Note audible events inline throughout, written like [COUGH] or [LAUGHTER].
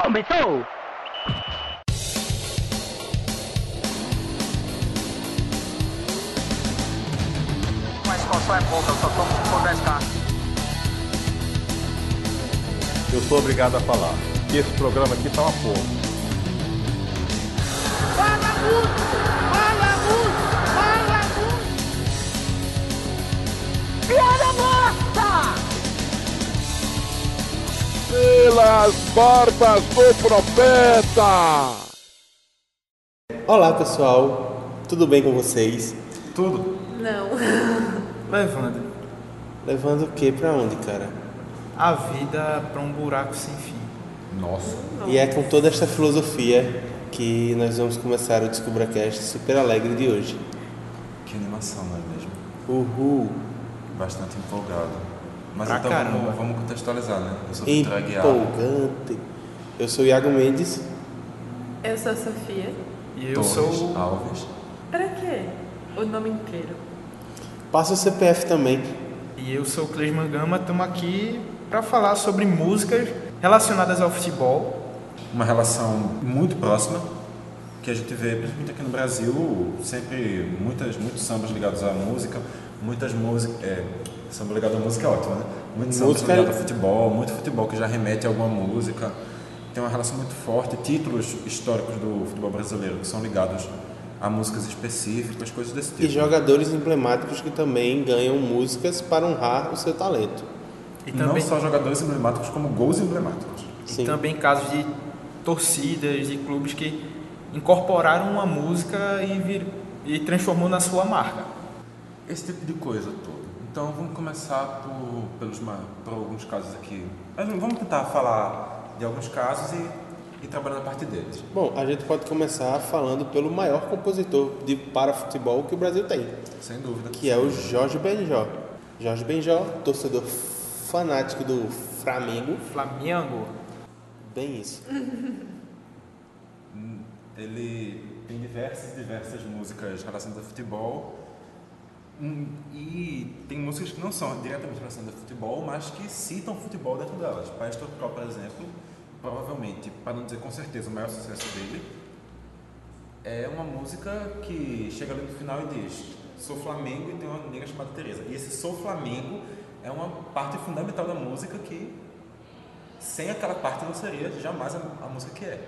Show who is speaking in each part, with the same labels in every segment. Speaker 1: Começou!
Speaker 2: Mas qual só é pouca, eu só tomo se for 10k.
Speaker 3: Eu sou obrigado a falar que esse programa aqui tá uma porra.
Speaker 4: Fala muito! Fala muito! Fala muito! Piada morta!
Speaker 5: pelas barbas do profeta.
Speaker 6: Olá pessoal, tudo bem com vocês?
Speaker 7: Não.
Speaker 8: Levando
Speaker 6: Levando o que pra onde, cara?
Speaker 8: a vida pra um buraco sem fim.
Speaker 3: Nossa.
Speaker 6: E é com toda esta filosofia que nós vamos começar o DescubraCast super alegre de hoje.
Speaker 9: Que animação, não é mesmo?
Speaker 6: Uhul!
Speaker 9: Bastante empolgado. Mas
Speaker 8: Pra
Speaker 9: então
Speaker 8: caramba.
Speaker 9: vamos, vamos contextualizar, né? Eu sou o Traguiado.
Speaker 6: Empolgante! Eu sou o Iago Mendes.
Speaker 7: Eu sou a Sofia.
Speaker 8: E eu sou.
Speaker 9: Alves.
Speaker 7: Pra quê? O nome inteiro.
Speaker 6: Passa o CPF também.
Speaker 8: E eu sou o Cleisman Gama, estamos aqui pra falar sobre músicas relacionadas ao futebol.
Speaker 9: Uma relação muito próxima que a gente vê, principalmente aqui no Brasil, sempre muitas, muitos sambas ligados à música, muitas músicas. É, samba ligado à música é ótimo, né? Muitos sambas
Speaker 6: Música- é
Speaker 9: ligados ao futebol, muito futebol que já remete a alguma música. Tem uma relação muito forte, títulos históricos do futebol brasileiro que são ligados a músicas específicas, coisas desse tipo.
Speaker 6: E jogadores emblemáticos que também ganham músicas para honrar o seu talento.
Speaker 8: E também,
Speaker 9: Não só jogadores emblemáticos, como gols emblemáticos.
Speaker 8: e também casos de torcidas, de clubes que incorporaram uma música e, vir, e transformou na sua marca.
Speaker 9: Esse tipo de coisa toda. Então vamos começar por, pelos, ma- por alguns casos aqui. Mas vamos tentar falar de alguns casos e, e trabalhar na parte deles.
Speaker 6: Bom, a gente pode começar falando pelo maior compositor de para futebol que o Brasil tem,
Speaker 9: Sem dúvida.
Speaker 6: que é o Jorge Benjó. Jorge Benjó, torcedor fanático do Flamengo.
Speaker 8: Flamengo.
Speaker 6: Bem isso.
Speaker 9: Ele tem diversas, diversas músicas relacionadas ao futebol. Hum, E tem músicas que não são diretamente relacionadas ao futebol, mas que citam futebol dentro delas. Pastor Pro, por exemplo, provavelmente, para não dizer com certeza, o maior sucesso dele é uma música que chega ali no final e diz: Sou Flamengo e tem uma negra chamada Teresa. E esse Sou Flamengo é uma parte fundamental da música que, sem aquela parte, não seria jamais a, a música que é.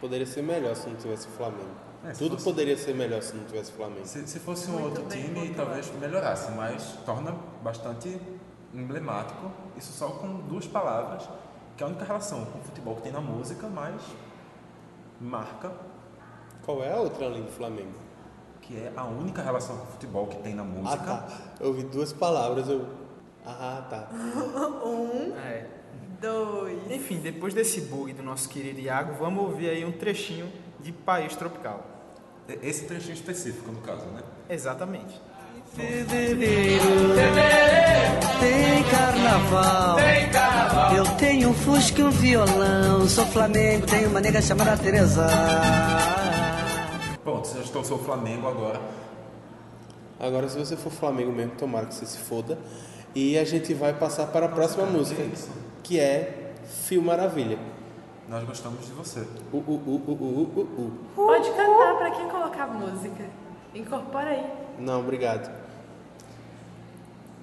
Speaker 6: Poderia ser melhor se não tivesse o Flamengo.
Speaker 9: É, se
Speaker 6: Tudo
Speaker 9: fosse-
Speaker 6: poderia ser melhor se não tivesse o Flamengo.
Speaker 9: Se, se fosse um
Speaker 7: Muito
Speaker 9: outro
Speaker 7: bem
Speaker 9: time,
Speaker 7: pontuado.
Speaker 9: talvez melhorasse, mas torna bastante emblemático. Isso só com duas palavras, que é a única relação com o futebol que tem na música, mas marca,
Speaker 6: Qual é a outra linha do Flamengo?
Speaker 9: que é a única relação com o futebol que tem na
Speaker 6: Ah
Speaker 9: música.
Speaker 6: tá. Eu ouvi duas palavras, eu. Ah tá.
Speaker 8: É.
Speaker 7: Dois.
Speaker 8: Enfim, depois desse bug do nosso querido Iago, vamos ouvir aí um trechinho de País Tropical.
Speaker 9: E- Esse trechinho específico, no caso, né?
Speaker 8: Exatamente.
Speaker 10: Tem carnaval. Eu tenho um fusca e um violão. Sou Flamengo, tenho uma nega chamada Teresa.
Speaker 9: Pronto, já estou sou Flamengo agora.
Speaker 6: Agora se você for Flamengo mesmo, tomara que você se foda. E a gente vai passar para a próxima música, que é Fio Maravilha.
Speaker 9: Nós gostamos de você.
Speaker 6: Uh, uh, uh, uh, uh, uh, uh.
Speaker 7: Pode cantar pra quem colocar a música. Incorpora aí.
Speaker 6: Não, obrigado.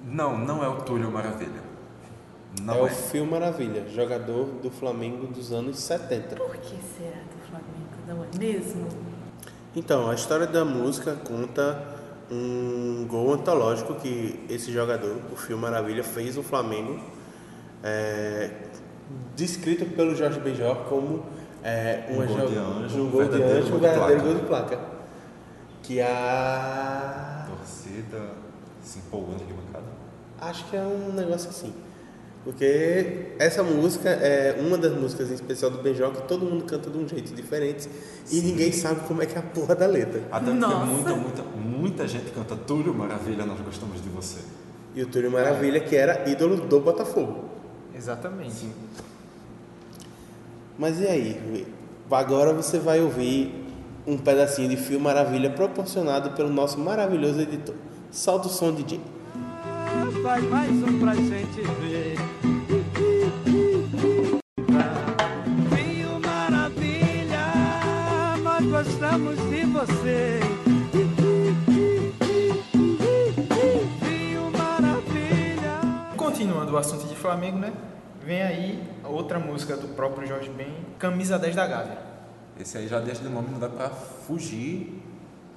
Speaker 9: Não, não é o Túlio Maravilha. Não
Speaker 6: é,
Speaker 9: é,
Speaker 6: o Fio Maravilha, jogador do Flamengo dos anos 70.
Speaker 7: Por que será do Flamengo, não é mesmo?
Speaker 6: Então, a história da música conta um gol antológico que esse jogador, o Fio Maravilha, fez no Flamengo, é, descrito pelo Jorge Benjó como é, uma
Speaker 9: gol
Speaker 6: jo-
Speaker 9: de anjo,
Speaker 6: um gol de
Speaker 9: verdadeiro
Speaker 6: anjo,
Speaker 9: gol
Speaker 6: um
Speaker 9: de
Speaker 6: verdadeiro
Speaker 9: placa.
Speaker 6: gol de placa. Que a...
Speaker 9: torcida se empolgando de bancada.
Speaker 6: Acho que é um negócio assim. Porque essa música é uma das músicas em especial do Benjó que todo mundo canta de um jeito diferente e ninguém sabe como é que é a porra da letra.
Speaker 9: Até
Speaker 7: Nossa.
Speaker 9: porque é muita, muita, muita gente canta Túlio Maravilha, nós gostamos de você.
Speaker 6: E o Túlio Maravilha, que era ídolo do Botafogo.
Speaker 8: Exatamente.
Speaker 6: Mas e aí, Rui? Agora você vai ouvir um pedacinho de Fio Maravilha proporcionado pelo nosso maravilhoso editor. Solta o som, DJ.
Speaker 10: Faz mais um pra gente ver.
Speaker 1: você. Vinho maravilha.
Speaker 8: Continuando o assunto de Flamengo, né? Vem aí a outra música do próprio Jorge Ben, Camisa 10 da Gávea.
Speaker 9: Esse aí já desde o nome não dá pra fugir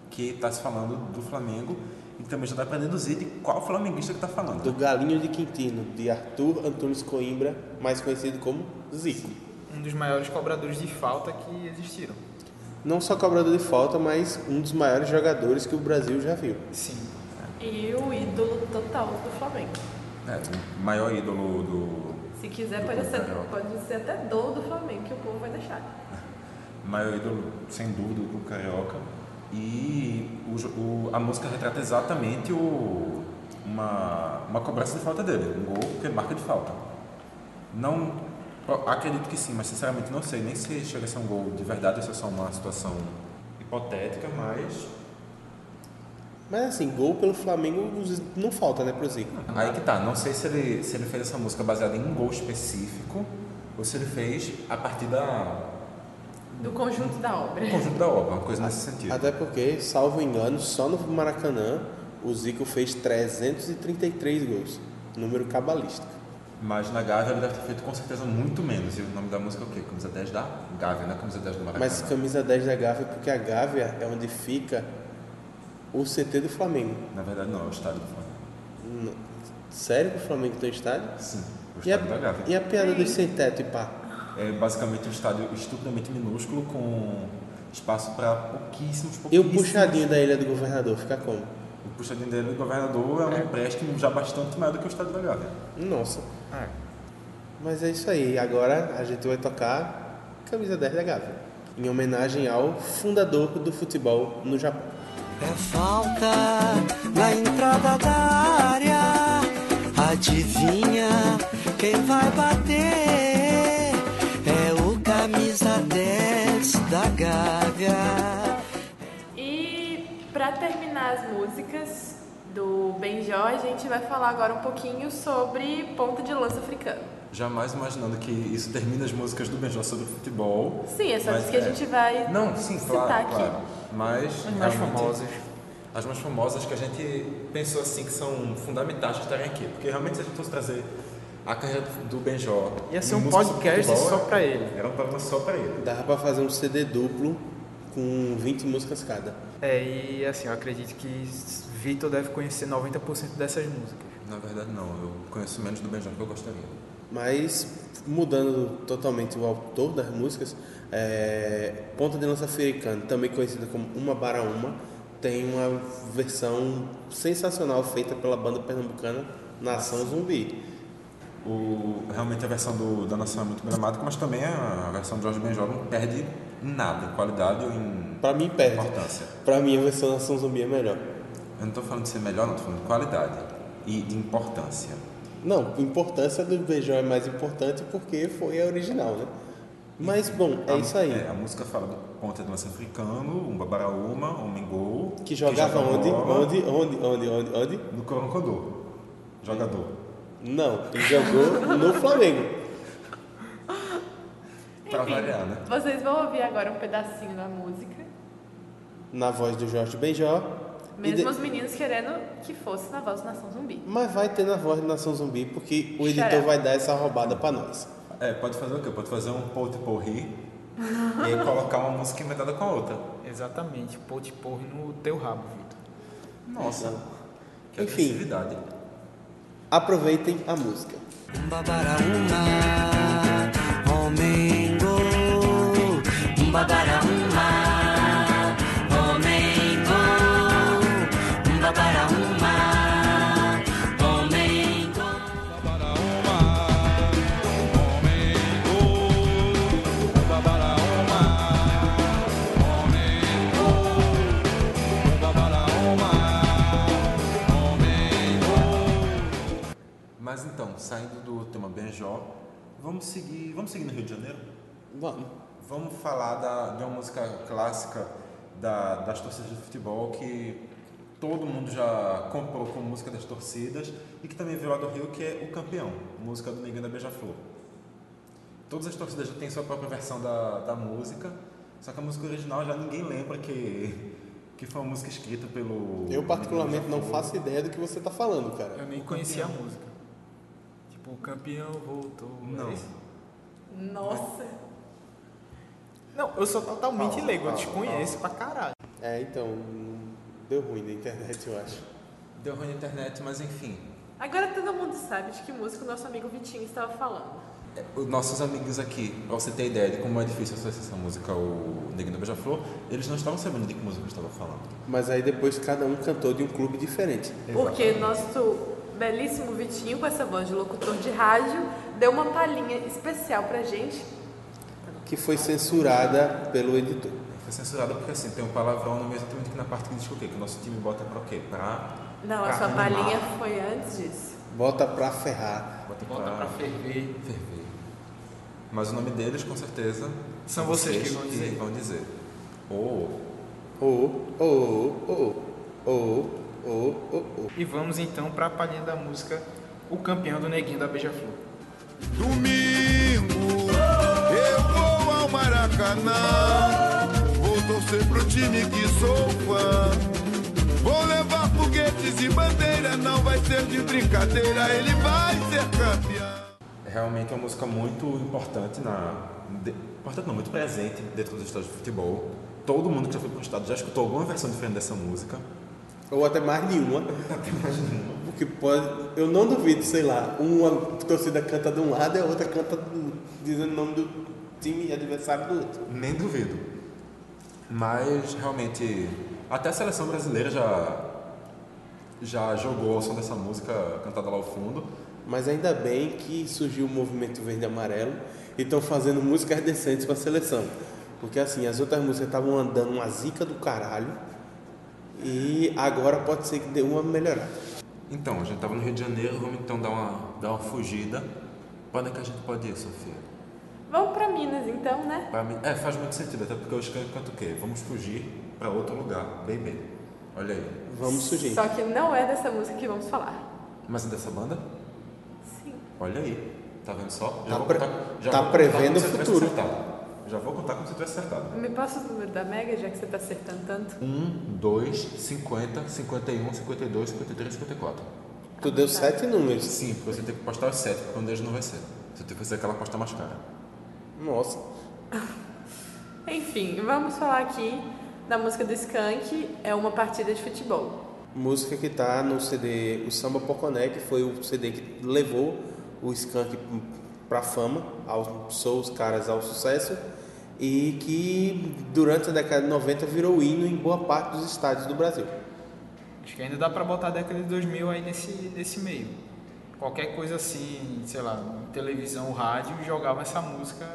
Speaker 9: que tá se falando do Flamengo e também já tá dá pra deduzir de qual flamenguista que tá falando.
Speaker 6: Do Galinho de Quintino, de Arthur Antunes Coimbra, mais conhecido como Zico.
Speaker 8: Um dos maiores cobradores de falta que existiram.
Speaker 6: Não só cobrador de falta, mas um dos maiores jogadores que o Brasil já viu.
Speaker 8: Sim.
Speaker 7: E o ídolo total do Flamengo.
Speaker 9: É, o maior ídolo do.
Speaker 7: Se quiser, pode ser,
Speaker 9: Carioca.
Speaker 7: pode ser até dono do Flamengo, que o povo vai deixar.
Speaker 9: Maior ídolo, sem dúvida, do clube carioca. E o jo- o- a música retrata exatamente o, uma, uma cobrança de falta dele, um gol que ele marca de falta. Não. pro- Acredito que sim, mas sinceramente não sei nem se chega a ser um gol de verdade ou se é só uma situação hipotética, mas.
Speaker 6: Mas assim, gol pelo Flamengo não falta, né, pro Zico?
Speaker 9: Aí que tá, não sei se ele, se ele fez essa música baseada em um gol específico ou se ele fez a partir da
Speaker 7: Do conjunto da obra.
Speaker 9: do conjunto da obra, uma coisa nesse sentido.
Speaker 6: Até porque, salvo engano, só no Maracanã o Zico fez 333 gols. Número cabalístico.
Speaker 9: Mas na Gávea ele deve ter feito com certeza muito menos. E o nome da música é o quê? Camisa 10 da Gávea, não é Camisa 10 do Maracanã.
Speaker 6: Mas camisa 10 da Gávea, porque a Gávea é onde fica o CT do Flamengo.
Speaker 9: Na verdade não, é o estádio do Flamengo.
Speaker 6: N- Sério que o Flamengo tem um estádio?
Speaker 9: Sim, o
Speaker 6: E é a,
Speaker 9: estádio da Gávea.
Speaker 6: e a piada do sem teto e pá?
Speaker 9: É basicamente um estádio estupidamente minúsculo com espaço para pouquíssimos, pouquíssimos.
Speaker 6: E o puxadinho da Ilha do Governador fica como?
Speaker 9: O puxadinho dele do governador é um empréstimo já bastante maior do que o estádio da Gávea.
Speaker 6: Nossa.
Speaker 8: É.
Speaker 6: Mas é isso aí. Agora a gente vai tocar camisa 10 da Gávea. Em homenagem ao fundador do futebol no Japão.
Speaker 10: É falta na entrada da área. Adivinha quem vai bater? É o camisa 10 da Gávea.
Speaker 7: E pra terminar as músicas do Benjó, a gente vai falar agora um pouquinho sobre ponta de lança africano.
Speaker 9: Jamais imaginando que isso termina as músicas do Benjó sobre futebol.
Speaker 7: Sim, é só
Speaker 9: Mas
Speaker 7: isso que a
Speaker 9: é.
Speaker 7: gente vai
Speaker 9: Não, sim,
Speaker 7: citar
Speaker 9: claro,
Speaker 7: aqui.
Speaker 9: claro. Mas
Speaker 8: tá As mais
Speaker 9: realmente,
Speaker 8: famosas.
Speaker 9: As mais famosas que a gente pensou assim que são fundamentais de estarem aqui. Porque realmente se a gente fosse trazer a carreira do Benjó.
Speaker 8: Ia ser
Speaker 9: em
Speaker 8: um
Speaker 9: música
Speaker 8: podcast
Speaker 9: sobre futebol,
Speaker 8: só pra ele.
Speaker 9: Era um programa só pra ele.
Speaker 6: Dava pra fazer um CD duplo com 20 músicas cada.
Speaker 8: É, e assim, eu acredito que Vitor deve conhecer 90% dessas músicas.
Speaker 9: Na verdade não, eu conheço menos do Benjó do que eu gostaria.
Speaker 6: Mas mudando totalmente o autor das músicas, é, Ponta de Lança Africana, também conhecida como Uma Bara Uma, tem uma versão sensacional feita pela banda pernambucana Nação Zumbi.
Speaker 9: O, realmente a versão do, da Nação é muito emblemática, mas também a, a versão de Jorge Benjó não perde em nada, em qualidade ou em
Speaker 6: Pra mim perde.
Speaker 9: importância.
Speaker 6: Pra mim a versão Nação Zumbi é melhor.
Speaker 9: Eu não tô falando de ser melhor, não, tô falando de qualidade e de importância.
Speaker 6: Não, a importância do Beijão é mais importante porque foi a original, né? Mas bom, é
Speaker 9: A-
Speaker 6: isso aí.
Speaker 9: é, a música fala do ponta de lança africano, um babaraúma, homem gol.
Speaker 6: Que jogava
Speaker 9: joga
Speaker 6: onde?
Speaker 9: bola
Speaker 6: Onde? Onde? Onde? Onde? Onde?
Speaker 9: No Corocodô. Jogador.
Speaker 6: Não, ele jogou no Flamengo.
Speaker 9: Pra variar, né?
Speaker 7: Vocês vão ouvir agora um pedacinho da música,
Speaker 6: Na voz do Jorge Benjó. e
Speaker 7: mesmo assim.
Speaker 6: de-
Speaker 7: os meninos querendo que fosse na voz do Nação Zumbi.
Speaker 6: Mas vai ter na voz do Nação Zumbi, porque o editor
Speaker 7: Xará.
Speaker 6: vai dar essa roubada pra nós.
Speaker 9: É, pode fazer o quê? Pode fazer um pot porri e aí colocar uma música emendada com a outra.
Speaker 8: Exatamente, pô de porra no teu rabo, Vitor.
Speaker 9: Nossa. Que
Speaker 6: Então, Enfim.
Speaker 9: agressividade.
Speaker 6: Aproveitem a música.
Speaker 10: Umba bara uma, homem gol. Umba bara uma, homem gol. Umba bara uma, homem gol.
Speaker 9: Mas então, saindo do tema Benjó, vamos seguir. Vamos seguir no Rio de Janeiro?
Speaker 6: Vamos.
Speaker 9: Vamos falar da, de uma música clássica da- das torcidas de futebol que todo mundo já comprou como música das torcidas e que também veio lá do Rio, que é O Campeão, música do Neguinho da Beija-Flor. Todas as torcidas já têm sua própria versão da, da música, só que a música original já ninguém lembra que que foi uma música escrita pelo.
Speaker 6: Eu, particularmente, não faço ideia do que você tá falando, cara.
Speaker 8: Eu nem conhecia a música. Tipo, o campeão voltou.
Speaker 9: Não.
Speaker 8: É isso?
Speaker 7: Nossa.
Speaker 8: Não, eu sou totalmente leigo, eu desconheço pra caralho.
Speaker 6: É, então. Deu ruim na internet, eu acho.
Speaker 9: Deu ruim na internet, mas enfim.
Speaker 7: Agora todo mundo sabe de que música o nosso amigo Vitinho estava falando.
Speaker 9: É, Os nossos amigos aqui, pra você ter ideia de como é difícil associar essa música ao Neguinho do Beija-Flor, eles não estavam sabendo de que música eu estava falando.
Speaker 6: Mas aí depois cada um cantou de um clube diferente.
Speaker 7: Porque nosso belíssimo Vitinho, com essa voz de locutor de rádio, deu uma palhinha especial pra gente.
Speaker 6: Que foi censurada pelo editor.
Speaker 9: Foi censurada porque assim, tem um palavrão no meio exatamente que na parte que diz que o quê? Que o nosso time bota pra o quê? Pra.
Speaker 7: Não, a sua palhinha foi antes disso.
Speaker 6: Bota pra ferrar.
Speaker 9: Bota,
Speaker 8: Volta pra ferver.
Speaker 9: ferver. Mas o nome deles, com certeza.
Speaker 8: São vocês que vão dizer.
Speaker 9: vão dizer. Ou.
Speaker 6: Ô, ô, ô, ô, ô, ô, ô, ô.
Speaker 8: E vamos então pra palhinha da música O Campeão do Neguinho da Beija-Flor.
Speaker 11: Domingo eu vou ao Maracanã. Vou torcer pro time que sou fã. Vou levar foguetes e bandeira, não vai ser de brincadeira, ele vai ser campeão.
Speaker 9: Realmente é uma música muito importante na. de- importante não, muito presente dentro dos estádios de futebol. Todo mundo que já foi pro estádio já escutou alguma versão diferente dessa música.
Speaker 6: Ou até mais nenhuma. Porque pode. Eu não duvido, sei lá, uma torcida canta de um lado e a outra canta do- dizendo o nome do time adversário do outro.
Speaker 9: Nem duvido. Mas realmente até a seleção brasileira já já jogou ao som dessa música cantada lá ao fundo.
Speaker 6: Mas ainda bem que surgiu o movimento verde e amarelo e estão fazendo músicas decentes para a seleção. Porque assim, as outras músicas estavam andando uma zica do caralho e agora pode ser que dê uma melhorada.
Speaker 9: Então, a gente tava no Rio de Janeiro, vamos então dar uma, dar uma fugida. Pra onde é que a gente pode ir, Sofia?
Speaker 7: Vamos pra Minas então, né?
Speaker 9: Pra mim, é, faz muito sentido, até porque o Skank canta o quê? Vamos fugir pra outro lugar, bem bem. Olha aí.
Speaker 6: Vamos surgir.
Speaker 7: Só que não é dessa música que vamos falar.
Speaker 9: Mas é dessa banda?
Speaker 7: Sim.
Speaker 9: Olha aí. Tá vendo só?
Speaker 6: Tá pre- tá
Speaker 9: contar como
Speaker 6: prevendo
Speaker 9: se
Speaker 6: o
Speaker 9: eu tivesse
Speaker 6: futuro.
Speaker 9: acertado. Já vou contar como se eu tivesse acertado. né?
Speaker 7: Me passa o número da Mega, já que você tá acertando tanto.
Speaker 9: 1, 2, 50, 51, 52, 53, 54.
Speaker 6: Tu deu sete números.
Speaker 9: Sim, porque você tem que postar os 7, porque um deles não vai ser. Você tem que fazer aquela aposta mais cara.
Speaker 6: Nossa.
Speaker 7: Enfim, vamos falar aqui da música do Skank, é uma partida de futebol.
Speaker 6: Música que tá no CD, o Samba Poconé, que foi o CD que levou o Skank pra fama, aos seus caras ao sucesso, e que durante a década de 90 virou hino em boa parte dos estádios do Brasil.
Speaker 8: Acho que ainda dá pra botar a década de 2000 aí nesse, nesse meio. Qualquer coisa assim, sei lá, televisão, rádio, jogava essa música.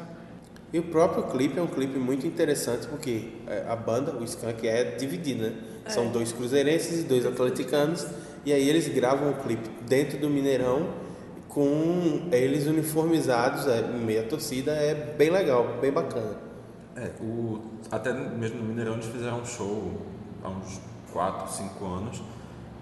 Speaker 6: E o próprio clipe é um clipe muito interessante, porque é, a banda, o Skank, é dividida, né? São dois cruzeirenses e dois atleticanos, e aí eles gravam o clipe dentro do Mineirão, com eles uniformizados, é, meia torcida, é bem legal, bem bacana.
Speaker 9: É, o, até mesmo no Mineirão eles fizeram um show há uns 4, 5 anos,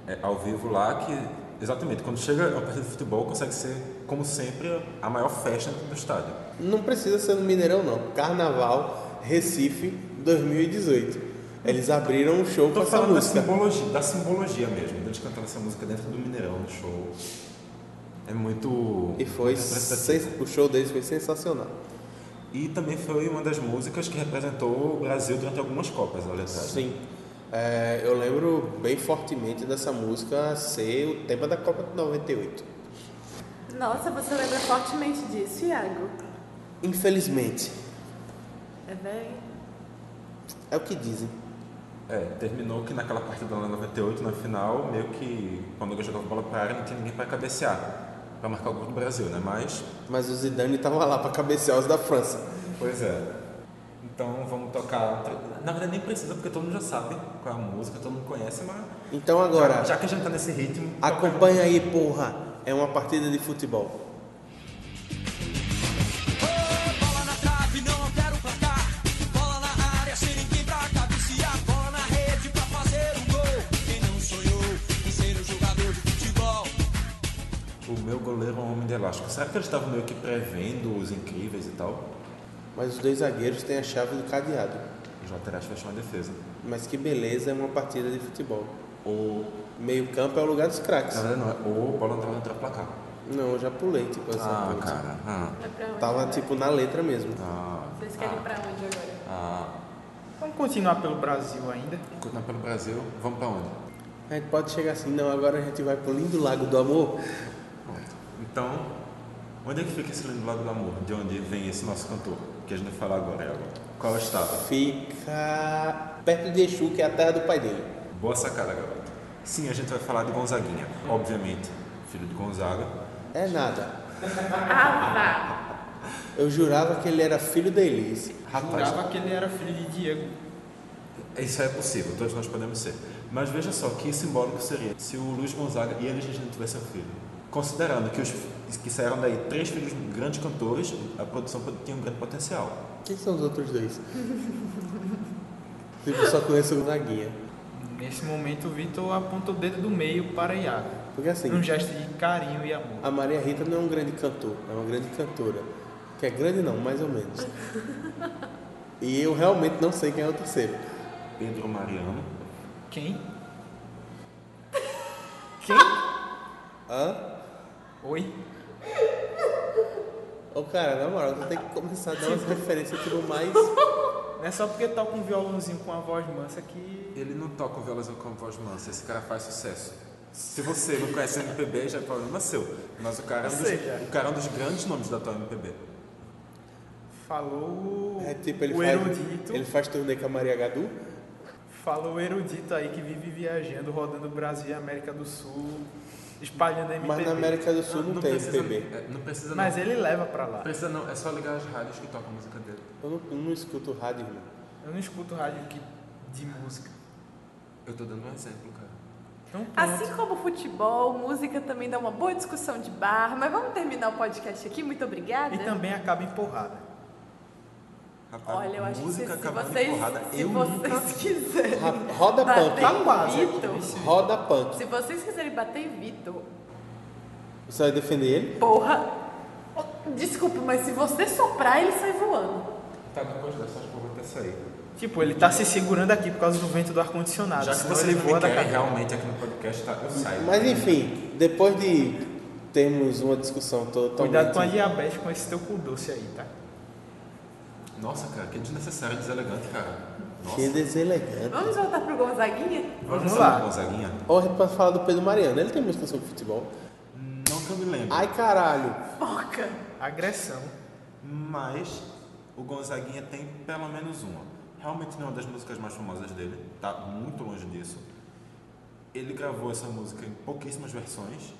Speaker 9: é, ao vivo lá, que exatamente, quando chega a partida de futebol, consegue ser, como sempre, a maior festa dentro do estádio.
Speaker 6: Não precisa ser no Mineirão, não. Carnaval, Recife, 2018. Eles abriram um show com
Speaker 9: Tô
Speaker 6: essa
Speaker 9: falando da
Speaker 6: música.
Speaker 9: simbologia, da simbologia mesmo, deles cantando essa música dentro do Mineirão, no show. É muito.
Speaker 6: E foi
Speaker 9: muito representativo.
Speaker 6: sens- o show deles foi sensacional.
Speaker 9: E também foi uma das músicas que representou o Brasil durante algumas Copas, na verdade.
Speaker 6: Sim. É, eu lembro bem fortemente dessa música ser o tema da Copa de 98.
Speaker 7: Nossa, você lembra fortemente disso, Iago?
Speaker 6: Infelizmente,
Speaker 7: É bem.
Speaker 6: é o que dizem.
Speaker 9: É, terminou que naquela parte da 98, na final, meio que quando eu jogava bola pra área, não tinha ninguém pra cabecear, pra marcar o gol do Brasil, né? Mas,
Speaker 6: Mas o Zidane tava lá para cabecear os da França.
Speaker 9: pois é. Então vamos tocar. Na verdade, nem precisa, porque todo mundo já sabe qual é a música, todo mundo conhece, mas.
Speaker 6: Então agora,
Speaker 9: Já que a gente tá nesse ritmo.
Speaker 6: acompanha aí, porra. É uma partida de futebol.
Speaker 1: Bola na trave, não altera o placar. Bola na área, sem ninguém pra cabecear. Bola na rede pra fazer um gol. Quem não sonhou em ser um jogador de futebol?
Speaker 9: O meu goleiro é um homem de elástico. Será que eles estavam meio que prevendo os incríveis e tal?
Speaker 6: Mas os dois zagueiros têm a chave do cadeado.
Speaker 9: Os laterais fecham a defesa.
Speaker 6: Mas que beleza é uma partida de futebol. O meio campo é o lugar dos craques.
Speaker 9: Na verdade, não, é o bola entrada dentro do placar.
Speaker 6: Não, eu já pulei, tipo, essa
Speaker 9: Ah,
Speaker 6: coisa.
Speaker 9: cara, ah.
Speaker 7: Vai pra onde
Speaker 6: Tava,
Speaker 7: agora?
Speaker 6: tipo, na letra mesmo.
Speaker 7: Vocês querem ir pra onde agora?
Speaker 8: Vamos continuar pelo Brasil ainda.
Speaker 9: Continuar ah, tá pelo Brasil, vamos pra onde?
Speaker 6: A gente pode chegar assim, não, agora a gente vai pro lindo Lago do Amor.
Speaker 9: Pronto. Então, onde é que fica esse lindo Lago do Amor? De onde vem esse nosso cantor? Que a gente vai falar agora, Elba. Qual é o estado?
Speaker 6: Fica perto de Exu, que é a terra do pai dele.
Speaker 9: Boa sacada, garoto. Sim, a gente vai falar de Gonzaguinha, obviamente. Filho de Gonzaga.
Speaker 6: É nada.
Speaker 7: Ah, tá.
Speaker 6: Eu jurava que ele era filho da Elise.
Speaker 8: Jurava que ele era filho de Diego.
Speaker 9: Isso é possível, todos nós podemos ser. Mas veja só que simbólico seria se o Luiz Gonzaga e eles não tivessem um filho. Considerando que, os, que saíram daí três filhos grandes cantores, a produção tinha um grande potencial.
Speaker 6: Quem são os outros dois? [LAUGHS] tipo, eu só conheço o Naguinha.
Speaker 8: Nesse momento, o Vitor aponta o dedo do meio para Iago.
Speaker 6: Porque assim,
Speaker 8: Num gesto de carinho e amor.
Speaker 6: a Maria Rita não é um grande cantor, é uma grande cantora. Que é grande não, mais ou menos. E eu realmente não sei quem é o terceiro.
Speaker 9: Pedro Mariano.
Speaker 8: Quem?
Speaker 6: Hã?
Speaker 8: Oi?
Speaker 6: Ô cara, na moral, tu tem que começar a dar umas referências tipo
Speaker 8: [LAUGHS]
Speaker 6: mais.
Speaker 8: Não é só porque toca um violãozinho com a voz mansa que.
Speaker 9: Ele não toca o violão com voz mansa, esse cara faz sucesso. Se você não conhece MPB, já é problema seu. Mas o cara é um dos,
Speaker 8: Seja.
Speaker 9: o cara é um dos grandes nomes da tua MPB.
Speaker 8: Falou o-
Speaker 6: É tipo, ele
Speaker 8: o
Speaker 6: faz.
Speaker 8: erudito.
Speaker 6: Ele faz turnê com a Maria Gadu.
Speaker 8: Falou o erudito aí que vive viajando, rodando o Brasil e a América do Sul, espalhando MPB.
Speaker 6: Mas na América do Sul um não, tem MPB.
Speaker 9: é, não precisa
Speaker 8: Mas
Speaker 9: não.
Speaker 8: ele leva pra lá.
Speaker 9: Precisa não, é só ligar as rádios que tocam a música dele.
Speaker 6: Eu não, eu não escuto rádio, irmão.
Speaker 8: Eu não escuto rádio que- de música.
Speaker 9: Eu tô dando um exemplo, cara.
Speaker 8: Então, pronto.
Speaker 7: Assim como futebol, música também dá uma boa discussão de bar, mas vamos terminar o podcast aqui, muito obrigada.
Speaker 8: E também acaba em porrada.
Speaker 9: Rapaz,
Speaker 7: Olha, eu acho que
Speaker 9: música
Speaker 7: se, se
Speaker 9: acabando em
Speaker 7: vocês,
Speaker 9: porrada,
Speaker 7: se
Speaker 9: eu
Speaker 7: vocês
Speaker 9: nunca...
Speaker 7: [LAUGHS] quiserem
Speaker 6: Ra- roda
Speaker 7: bater
Speaker 6: punk.
Speaker 7: em
Speaker 8: quase aqui,
Speaker 7: Vitor,
Speaker 8: vixe.
Speaker 6: Roda punk.
Speaker 7: se vocês quiserem bater em Vitor,
Speaker 6: Você vai defender ele?
Speaker 7: porra, desculpa, mas se você soprar, ele sai voando.
Speaker 9: Tá, depois dessa, acho que eu vou até sair.
Speaker 8: Tipo, ele tá se segurando aqui por causa do vento do ar-condicionado.
Speaker 9: Já que é
Speaker 8: senão
Speaker 9: vocês
Speaker 8: ele
Speaker 9: não me
Speaker 8: voa da
Speaker 9: querem
Speaker 8: cabeça.
Speaker 9: realmente aqui no podcast, tá, eu saio.
Speaker 6: Mas enfim, depois de termos uma discussão
Speaker 9: tá
Speaker 6: totalmente.
Speaker 8: Cuidado com a diabetes com esse teu cu doce aí, tá?
Speaker 9: Nossa, cara, que desnecessário e deselegante, cara.
Speaker 6: Que
Speaker 9: Nossa.
Speaker 6: deselegante.
Speaker 7: Vamos voltar pro Gonzaguinha?
Speaker 8: Vamos
Speaker 9: falar
Speaker 8: lá.
Speaker 9: do Gonzaguinha?
Speaker 6: Ou a gente pode falar do Pedro Mariano, ele tem música sobre futebol.
Speaker 9: Não que eu me lembro.
Speaker 6: Ai caralho,
Speaker 7: Foca.
Speaker 8: Agressão.
Speaker 9: Mas o Gonzaguinha tem pelo menos uma. Realmente não é uma das músicas mais famosas dele, tá muito longe disso. Ele gravou essa música em pouquíssimas versões,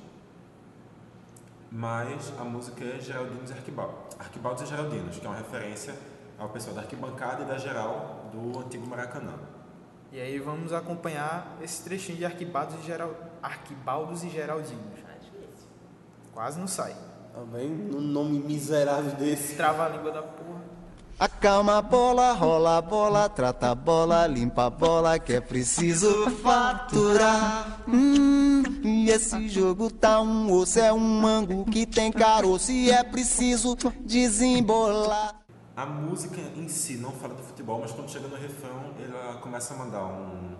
Speaker 9: mas a música é Geraldinos e Arquibaldos. Arquibaldos e Geraldinos, que é uma referência ao pessoal da arquibancada e da geral do antigo Maracanã.
Speaker 8: E aí vamos acompanhar esse trechinho de Arquibaldos e, Geral... Arquibaldos e Geraldinos. Quase não sai.
Speaker 6: também um nome miserável desse.
Speaker 8: Trava a língua da porra.
Speaker 10: Acalma a bola, rola a bola, trata a bola, limpa a bola, que é preciso faturar. Hum, e esse jogo tá um osso, é um mango que tem caroço e é preciso desembolar.
Speaker 9: A música em si não fala do futebol, mas quando chega no refrão, ela começa a mandar um.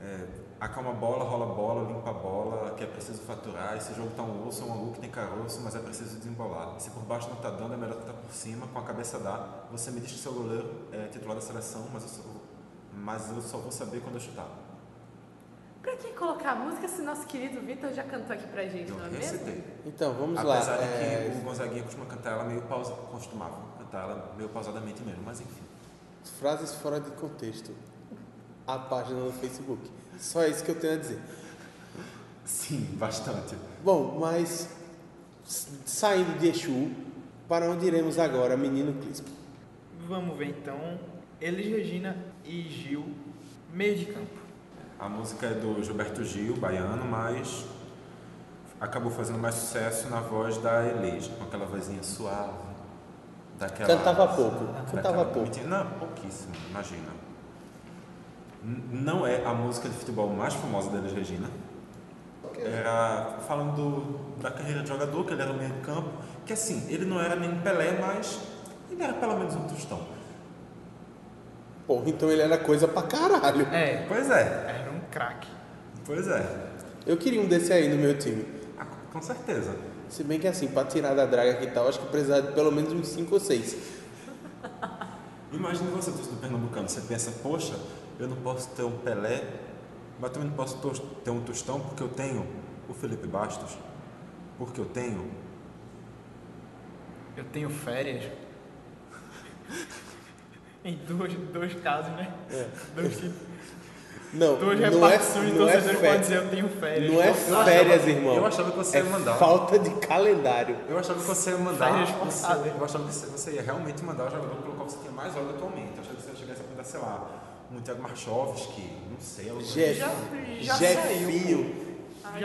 Speaker 9: é, acalma a bola, rola a bola, limpa a bola, que é preciso faturar. Esse jogo tá um osso, é um angu que tem caroço, mas é preciso desembolar. E se por baixo não tá dando, é melhor tentar por cima, com a cabeça dá. Você me diz que seu goleiro é titular da seleção, mas eu só, mas eu só vou saber quando eu chutar.
Speaker 7: Pra que colocar música se nosso querido Vitor já cantou aqui pra gente,
Speaker 9: Eu
Speaker 7: não é mesmo?
Speaker 9: recitei.
Speaker 6: Então, vamos
Speaker 9: Apesar
Speaker 6: lá.
Speaker 9: de
Speaker 6: é,
Speaker 9: que o Gonzaguinha costuma cantar ela meio pausa, costumava cantar ela meio pausadamente mesmo, mas enfim.
Speaker 6: É, Frases fora de contexto. A página no Facebook. Só isso que eu tenho a dizer.
Speaker 9: Sim, bastante.
Speaker 6: Bom, mas s- saindo de Exu, para onde iremos agora, menino Clispo?
Speaker 8: Vamos ver então. Elis Regina e Gil, meio de campo.
Speaker 9: A música é do Gilberto Gil, baiano, mas acabou fazendo mais sucesso na voz da Elis, com aquela vozinha suave. Daquela,
Speaker 6: Cantava pouco, cantava pouco.
Speaker 9: mentira, Não, pouquíssimo, imagina. N- Não é a música de futebol mais famosa da Elis Regina. Era falando do- da carreira de jogador, que ele era meio campo, que um assim, ele não era nem Pelé, mas ele era pelo menos um tostão.
Speaker 6: Porra, então ele era coisa pra caralho.
Speaker 8: É.
Speaker 9: Pois é.
Speaker 8: Era um craque.
Speaker 9: Pois é.
Speaker 6: Eu queria um desse aí no meu time.
Speaker 9: Ah, com certeza.
Speaker 6: Se bem que assim, pra tirar da draga que tal, acho que precisava de pelo menos uns 5 ou 6.
Speaker 9: Imagina você torcedor pernambucano, você pensa, poxa, eu não posso ter um Pelé, mas também não posso tos- ter um Tostão porque eu tenho o Felipe Bastos, porque eu tenho...
Speaker 8: Eu
Speaker 6: [LAUGHS]
Speaker 8: tenho férias. em dois, dois casos, né? Dois tipos.
Speaker 6: Não,
Speaker 8: Duas
Speaker 6: É. não é,
Speaker 8: repartições
Speaker 9: então
Speaker 8: de
Speaker 6: não é
Speaker 8: torcedor pode
Speaker 6: férias.
Speaker 8: dizer eu tenho férias.
Speaker 6: Não é
Speaker 9: achava-
Speaker 6: férias, irmão.
Speaker 9: eu achava que você
Speaker 6: é
Speaker 9: ia mandar.
Speaker 6: Falta de calendário.
Speaker 9: Eu achava que você ia mandar,
Speaker 8: Férias
Speaker 9: você-
Speaker 8: forçadas.
Speaker 9: eu achava que você- você ia realmente mandar o jogador pelo qual você tem mais ódio atualmente, eu achava que você ia chegar a mandar, sei lá, um Thiago Marchovski, não sei, algum...
Speaker 6: Jeff,
Speaker 8: já
Speaker 6: Jeffinho.
Speaker 8: Já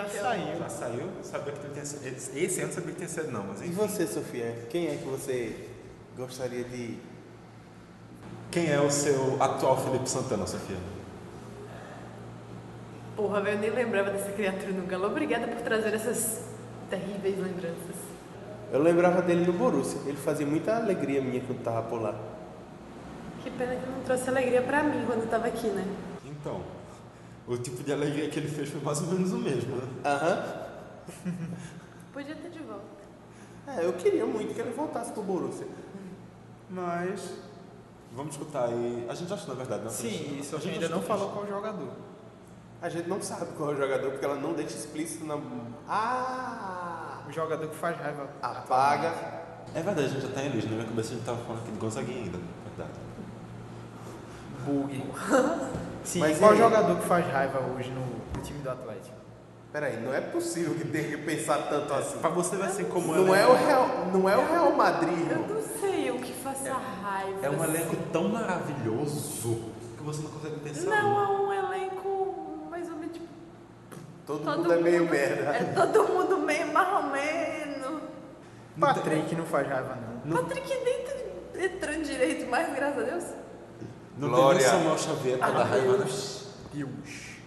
Speaker 8: saiu.
Speaker 9: assim. Já saiu, sabia que ele tinha sido. Esse esse ano sabia que tinha sido, não, mas
Speaker 6: E
Speaker 9: enfim.
Speaker 6: você, Sofia? Quem é que você gostaria de.
Speaker 9: Quem é o seu atual Felipe Santana, Sofia?
Speaker 7: Porra, velho, eu nem lembrava dessa criatura no galo. Obrigada por trazer essas terríveis lembranças.
Speaker 6: Eu lembrava dele no Borussia. Ele fazia muita alegria minha quando tava por lá.
Speaker 7: Que pena que não trouxe alegria pra mim quando eu tava aqui, né?
Speaker 9: Então, o tipo de alegria que ele fez foi mais ou menos o mesmo, né?
Speaker 6: Aham.
Speaker 7: Podia ter de volta.
Speaker 6: É, eu queria muito que ele voltasse pro Borussia.
Speaker 9: Mas. Vamos escutar aí. A gente já achou, na verdade, né? não?
Speaker 8: Sim, isso
Speaker 9: a
Speaker 8: a
Speaker 9: gente
Speaker 8: gente
Speaker 9: já
Speaker 8: ainda não
Speaker 9: escutou.
Speaker 8: falou qual jogador.
Speaker 6: A gente não sabe qual é o jogador, porque ela não deixa explícito na. Ah!
Speaker 8: O jogador que faz raiva.
Speaker 6: Apaga.
Speaker 9: É verdade, a gente já tá em luz. Na minha cabeça a gente tava falando aqui de Gonzaguinha ainda, na verdade.
Speaker 6: [LAUGHS]
Speaker 8: Bug. Sim,
Speaker 6: Mas é- e
Speaker 8: qual
Speaker 6: aí?
Speaker 8: jogador que faz raiva hoje no, no time do Atlético?
Speaker 6: Peraí, não é possível que tenha que pensar tanto assim.
Speaker 9: Pra você vai ser como
Speaker 6: Não é o Real, não é o Real Madrid,
Speaker 7: Eu
Speaker 6: irmão.
Speaker 7: não sei o que faça raiva.
Speaker 9: É um
Speaker 7: assim.
Speaker 9: elenco tão maravilhoso que você não consegue pensar.
Speaker 7: Não, é um elenco mais ou menos tipo.
Speaker 6: Todo,
Speaker 7: Todo
Speaker 6: mundo é meio
Speaker 7: mundo-
Speaker 6: merda.
Speaker 7: É todo mundo meio marromeno.
Speaker 8: Patrick não faz raiva, não.
Speaker 7: Patrick nem tá entrando direito mais, graças a Deus.
Speaker 9: Não
Speaker 6: Glória.
Speaker 9: tem nem Samuel Xavier pra dar raiva, né?
Speaker 8: Deus.
Speaker 9: Tem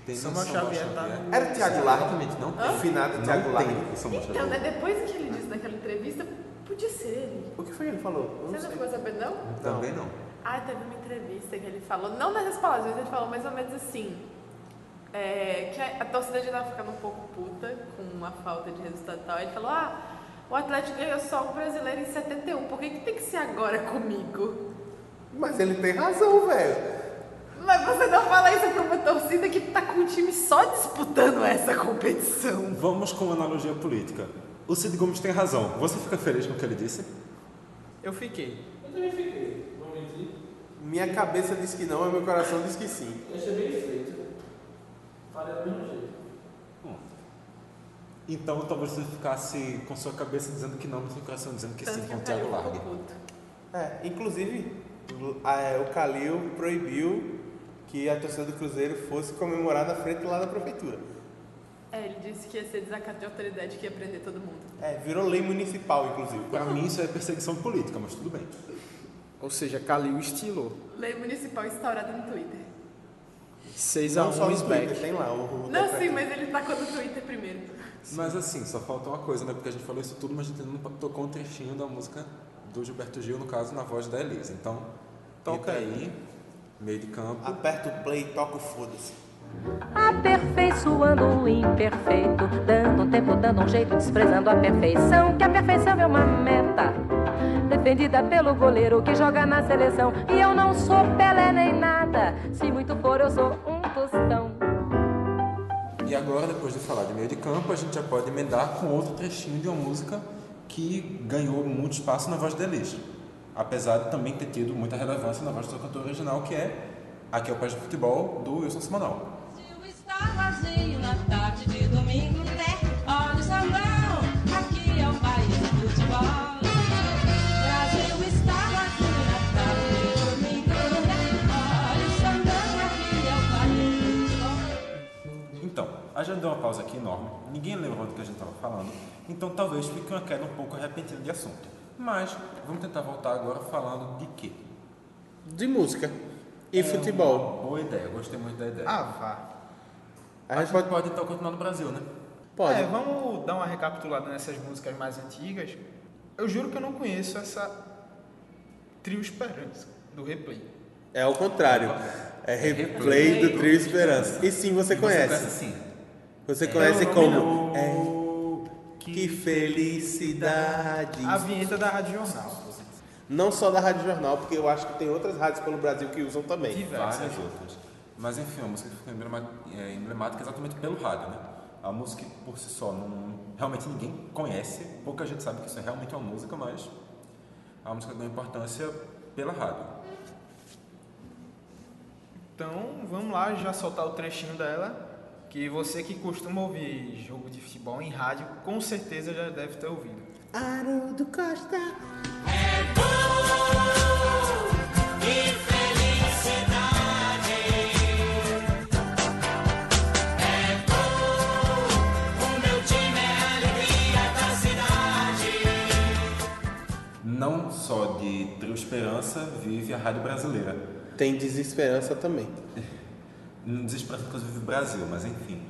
Speaker 9: nem
Speaker 8: Samuel Xavier tá no...
Speaker 6: Era o Thiago Largue.
Speaker 9: Exatamente, não tem.
Speaker 6: O finado Thiago
Speaker 9: Não tem
Speaker 6: Largue.
Speaker 9: Samuel
Speaker 7: Então,
Speaker 9: Xavier.
Speaker 7: né, depois que ele disse naquela entrevista, podia ser ele.
Speaker 6: O que foi que ele falou? Eu
Speaker 7: Você
Speaker 6: não
Speaker 7: não
Speaker 6: sei. É.
Speaker 7: ficou sabendo, não?
Speaker 9: Também não.
Speaker 7: Ah, teve uma entrevista que ele falou, não nessas palavras, mas ele falou mais ou menos assim, é, que a, a torcida já tava ficando um pouco puta com a falta de resultado e tal. Ele falou, ah, o Atlético ganhou só um brasileiro em 71, por que, que tem que ser agora comigo?
Speaker 6: Mas ele tem razão, velho.
Speaker 7: Mas você não fala isso pra uma torcida que tá com o time só disputando essa competição.
Speaker 9: Vamos com uma analogia política. O Cid Gomes tem razão. Você fica feliz com o que ele disse?
Speaker 8: Eu fiquei.
Speaker 6: Minha cabeça diz que não, mas meu coração diz que sim.
Speaker 9: Então talvez você ficasse com sua cabeça dizendo que não, mas seu coração dizendo que sim
Speaker 7: Tanto que
Speaker 9: com o
Speaker 7: eu
Speaker 9: Thiago
Speaker 7: caiu um
Speaker 9: Largue.
Speaker 7: pouco puto.
Speaker 6: É, inclusive, o- a- é, o Calil proibiu que a torcida do Cruzeiro fosse comemorar na frente lá da prefeitura.
Speaker 7: É, ele disse que ia ser desacato de autoridade, que ia prender todo mundo.
Speaker 6: É, virou lei municipal, inclusive.
Speaker 9: Pra mim isso é perseguição política, mas tudo bem.
Speaker 8: Ou seja, Calil estilou.
Speaker 7: Lei municipal instaurada no Twitter.
Speaker 8: 6x1
Speaker 6: só no Twitter,
Speaker 8: Smack.
Speaker 6: tem lá o... o
Speaker 7: Não,
Speaker 6: decreto.
Speaker 7: sim, mas ele tacou no Twitter primeiro.
Speaker 9: Mas assim, só falta uma coisa, né? Porque a gente falou isso tudo, mas a gente não tocou um trechinho da música do Gilberto Gil, no caso, na voz da Elisa. Então, toca aí, meio de campo.
Speaker 6: Aperta o play, toca o foda-se.
Speaker 12: Aperfeiçoando o imperfeito, dando um tempo, dando um jeito, desprezando a perfeição, que a perfeição é uma meta. Defendida pelo goleiro que joga na seleção. E eu não sou Pelé nem nada. Se muito for, eu sou um tostão.
Speaker 9: E agora, depois de falar de meio de campo, a gente já pode emendar com outro trechinho de uma música que ganhou muito espaço na voz da Elisa. Apesar de também ter tido muita relevância na voz do seu cantor original, que é Aqui é o País do Futebol, do Wilson Simonal.
Speaker 4: Está vazio assim na tarde de domingo, né? Olha o sambão, aqui é o país do futebol. Brasil está vazio na tarde de domingo, né? Olha o sambão, aqui é o país do futebol.
Speaker 9: Então, a gente deu uma pausa aqui enorme, ninguém lembra do que a gente estava falando, então talvez fique uma queda um pouco repentina de assunto. Mas vamos tentar voltar agora falando de quê?
Speaker 6: De música. E futebol.
Speaker 9: Uma boa ideia, gostei muito da ideia.
Speaker 8: Ah, vá.
Speaker 9: a gente pode... pode então continuar no Brasil, né?
Speaker 6: Pode.
Speaker 8: É, vamos dar uma recapitulada nessas músicas mais antigas. Eu juro que eu não conheço essa trio esperança do replay.
Speaker 6: É ao contrário. É replay do Trio Esperança. E sim, você conhece.
Speaker 9: conhece sim.
Speaker 6: Você
Speaker 9: É.
Speaker 6: conhece
Speaker 9: Eu não me
Speaker 6: como? É. Que felicidade.
Speaker 8: A vinheta da Rádio Jornal.
Speaker 6: Não só da Rádio Jornal, porque eu acho que tem outras rádios pelo Brasil que usam também.
Speaker 9: várias outras. Mas enfim, a música ficou emblema- é, emblemática exatamente pelo rádio, né? A música por si só, não, realmente ninguém conhece, pouca gente sabe que isso é realmente uma música, mas a música ganhou importância pela rádio.
Speaker 8: Então vamos lá já soltar o trechinho dela. Que você que costuma ouvir jogo de futebol em rádio, com certeza já deve ter ouvido.
Speaker 1: Haroldo Costa.
Speaker 9: Não só de Trio Esperança vive a rádio brasileira.
Speaker 6: Tem Desesperança também.
Speaker 9: Desesperança, inclusive, Brasil, mas enfim.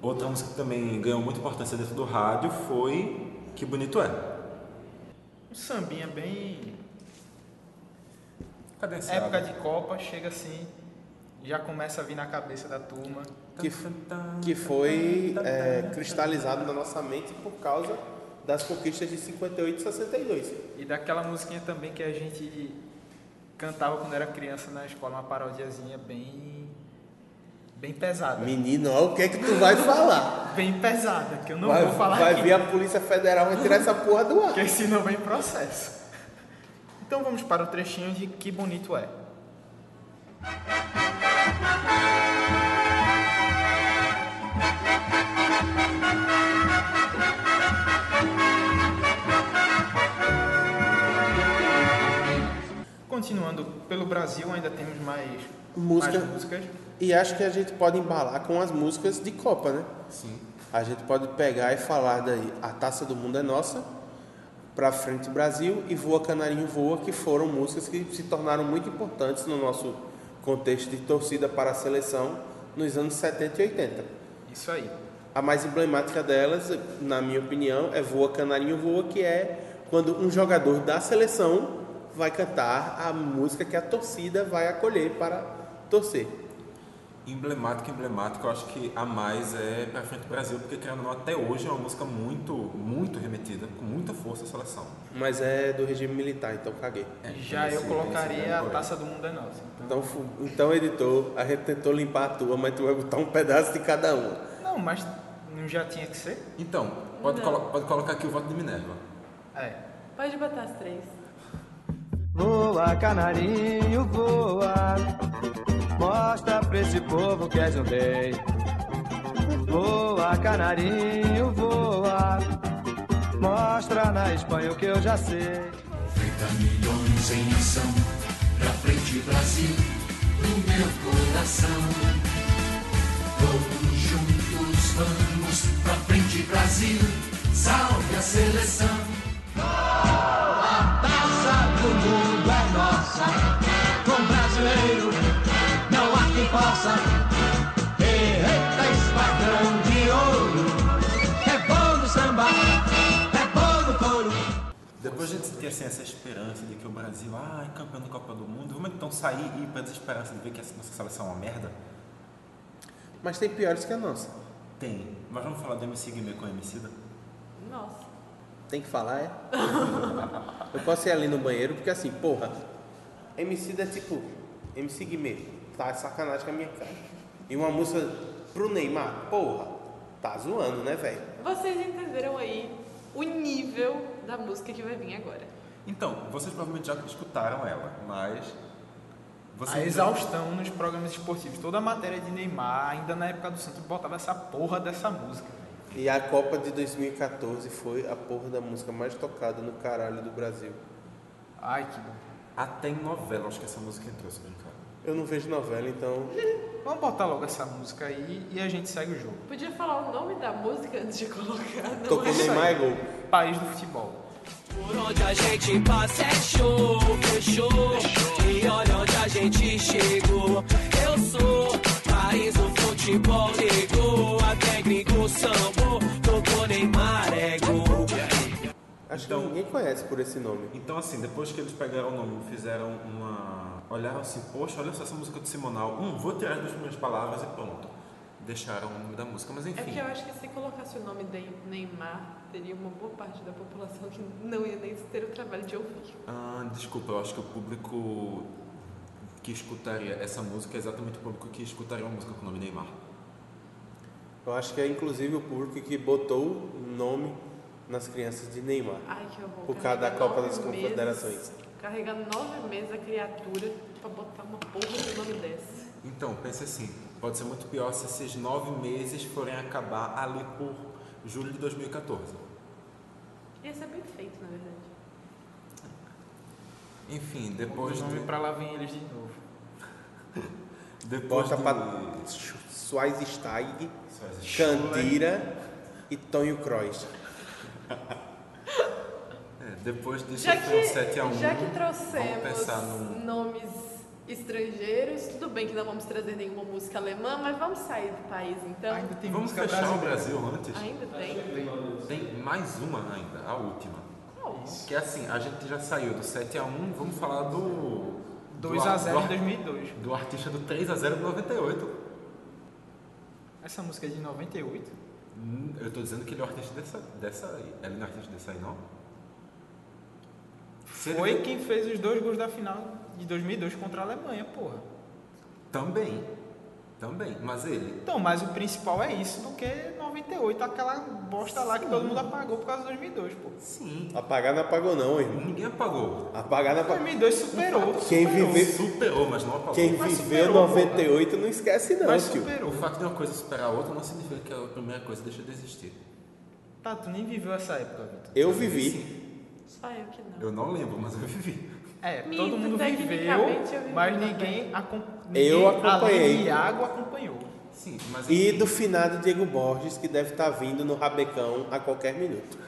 Speaker 9: Outra música que também ganhou muita importância dentro do rádio foi Que Bonito É.
Speaker 8: Um sambinha bem.
Speaker 9: Cadê essa
Speaker 8: Época
Speaker 9: água?
Speaker 8: de Copa, chega assim, já começa a vir na cabeça da turma.
Speaker 6: Que, f- que foi é, cristalizado na nossa mente por causa das conquistas de 58 e 62.
Speaker 8: E daquela musiquinha também que a gente cantava quando era criança na escola, uma parodiazinha bem. bem pesada.
Speaker 6: Menino, olha o que é que tu vai falar.
Speaker 8: Bem pesada, que eu não
Speaker 6: vai,
Speaker 8: vou falar
Speaker 6: Vai
Speaker 8: aqui.
Speaker 6: vir a Polícia Federal retirar essa porra do ar.
Speaker 8: Porque senão vem processo. Então vamos para o trechinho de Que Bonito É. Continuando pelo Brasil, ainda temos mais,
Speaker 6: Música.
Speaker 8: mais músicas.
Speaker 6: E acho que a gente pode embalar com as músicas de Copa, né?
Speaker 9: Sim.
Speaker 6: A gente pode pegar e falar daí A Taça do Mundo é Nossa, Pra Frente Brasil e Voa Canarinho Voa, que foram músicas que se tornaram muito importantes no nosso contexto de torcida para a seleção nos anos 70 e 80.
Speaker 8: Isso aí.
Speaker 6: A mais emblemática delas, na minha opinião, é Voa Canarinho Voa, que é quando um jogador da seleção vai cantar a música que a torcida vai acolher para torcer.
Speaker 9: Emblemático, emblemático, eu acho que a mais é Pra Frente Brasil, porque querendo ou não, até hoje é uma música muito, muito remetida, com muita força à seleção. É,
Speaker 6: Mas é do regime militar, então caguei.
Speaker 8: Já eu colocaria a taça do mundo é nossa.
Speaker 6: Então, fu- então, editor, a gente tentou limpar a tua, mas tu vai botar um pedaço de cada uma.
Speaker 8: Não, mas não já tinha que ser?
Speaker 9: Então, pode,
Speaker 7: Não.
Speaker 9: colo- pode colocar aqui o voto de Minerva.
Speaker 8: É.
Speaker 7: Pode botar as três.
Speaker 13: Voa, canarinho, voa. Mostra pra esse povo que és um rei. Voa, canarinho, voa. Mostra na Espanha o que eu já sei.
Speaker 1: milhões em ação, pra frente Brasil, no meu coração. Todos juntos vamos, pra frente Brasil, salve a seleção. A taça do mundo é nossa, com brasileiro não há quem possa. Eita, espadrão de ouro, é bom no samba, é bom no couro.
Speaker 9: Depois a gente tem assim, essa esperança de que o Brasil, ah, é campeão da Copa do Mundo, vamos então sair e ir pra desesperança de ver que essa nossa seleção é uma merda?
Speaker 6: Mas tem piores que a nossa.
Speaker 9: Tem. Mas vamos falar do MC Guimê com a Emicida?
Speaker 7: Nossa.
Speaker 6: Tem que falar, é? Eu posso ir ali no banheiro, porque assim, porra, MC da tipo, MC Guimê, tá de sacanagem com a minha cara. E uma música pro Neymar, porra, tá zoando, né, velho?
Speaker 7: Vocês entenderam aí o nível da música que vai vir agora.
Speaker 9: Então, vocês provavelmente já escutaram ela, mas...
Speaker 8: A exaustão nos programas esportivos. Toda a matéria de Neymar, ainda na época do Santos, botava essa porra dessa música.
Speaker 6: E a Copa de 2014 foi a porra da música mais tocada no caralho do Brasil.
Speaker 8: Ai, que bom.
Speaker 9: Até em novela, acho que essa música entrou, se brincar.
Speaker 6: Eu não vejo novela, então.
Speaker 8: Vamos botar logo essa música aí e a gente segue o jogo.
Speaker 7: Podia falar o nome da música antes de colocar. não é?
Speaker 6: gol.
Speaker 8: País do futebol.
Speaker 1: Por onde a gente passa é show, fechou. E olha onde a gente chegou. Eu sou país do futebol, ligou. Até gringo sambou, tocou Neymar é gol.
Speaker 6: Acho
Speaker 9: então,
Speaker 6: que ninguém ninguém conhece por esse nome.
Speaker 9: Então, assim, depois que eles pegaram o nome, fizeram uma. Olharam assim, poxa, olha só essa música do Simonal. Hum, vou tirar as duas primeiras palavras e pronto. Deixaram o nome da música, mas
Speaker 7: É
Speaker 9: enfim.
Speaker 7: porque eu acho que se colocasse o nome de Neymar, teria uma boa parte da população que não ia nem ter o trabalho de ouvir.
Speaker 9: Ah, desculpa, eu acho que o público que escutaria essa música é exatamente o público que escutaria uma música com o nome Neymar.
Speaker 6: Eu acho que é inclusive o público que botou o nome nas crianças de Neymar.
Speaker 7: Ai, que horror.
Speaker 6: Por causa da
Speaker 7: Carregar
Speaker 6: Copa
Speaker 7: nove
Speaker 6: das
Speaker 7: meses-
Speaker 6: Confederações.
Speaker 7: Carregar nove meses a criatura pra botar uma porra de um nome desse.
Speaker 9: Então, pense assim, pode ser muito pior se esses nove meses forem acabar ali por julho de 2014.
Speaker 7: Ia ser bem feito, na verdade.
Speaker 9: Enfim, depois
Speaker 8: Outro nome
Speaker 9: do-
Speaker 8: pra lá vem eles de novo.
Speaker 9: Depois
Speaker 6: Bota
Speaker 9: do-
Speaker 6: pra Schweinsteiger, Candira e Tonho Kroos.
Speaker 9: É, depois disso
Speaker 7: Já
Speaker 9: foi um
Speaker 7: que,
Speaker 9: 7x1.
Speaker 7: já que
Speaker 9: Vamos
Speaker 7: trouxemos
Speaker 9: pensar num.
Speaker 7: nomes estrangeiros, tudo bem que não vamos trazer nenhuma música alemã, mas vamos sair do país então. Ainda
Speaker 8: tem
Speaker 9: Vamos fechar o Brasil antes?
Speaker 7: Ainda tem?
Speaker 9: Tem mais uma ainda, a última.
Speaker 7: Qual?
Speaker 9: Que é assim, a gente já saiu do 7x1, vamos falar do.
Speaker 8: 2 a 0 em
Speaker 9: 2002. Do artista do 3x0 de 98.
Speaker 8: Essa música é de 98?
Speaker 9: Hum, Eu tô dizendo que ele é o artista dessa, dessa aí. Ele não é artista dessa aí, não? Se ele-
Speaker 8: Foi quem fez os dois gols da final de 2002 contra a Alemanha, porra.
Speaker 9: Também. Também. Mas ele.
Speaker 8: Então, mas o principal é isso do que 98, aquela bosta lá que
Speaker 9: Sim.
Speaker 8: todo mundo apagou por causa de 2002, pô.
Speaker 9: Sim.
Speaker 6: Apagar não apagou não, irmão.
Speaker 9: Ninguém apagou.
Speaker 6: Apagar não apagou.
Speaker 8: 2002 superou.
Speaker 6: Quem
Speaker 8: superou.
Speaker 6: vive-
Speaker 9: Superou, mas não apagou.
Speaker 6: Quem
Speaker 9: Mas
Speaker 6: viveu
Speaker 9: superou,
Speaker 6: 98 não esquece não,
Speaker 9: Mas
Speaker 6: Então, tio.
Speaker 9: superou. O fato de uma coisa superar a outra não significa que a primeira coisa deixa de existir.
Speaker 8: Tá, tu nem viveu essa época, Vitor.
Speaker 6: Eu vivi.
Speaker 7: Só eu que não.
Speaker 9: Eu não lembro, mas eu vivi.
Speaker 8: É,
Speaker 7: Minto,
Speaker 8: todo mundo viveu,
Speaker 7: tecnicamente eu vivi
Speaker 8: mas
Speaker 7: também.
Speaker 8: ninguém, acom... ninguém
Speaker 6: Eu
Speaker 8: Além de
Speaker 6: acompanhei.
Speaker 8: Iago acompanhou.
Speaker 9: Sim, mas
Speaker 6: E do finado Diego Borges, que deve estar vindo no Rabecão a qualquer minuto.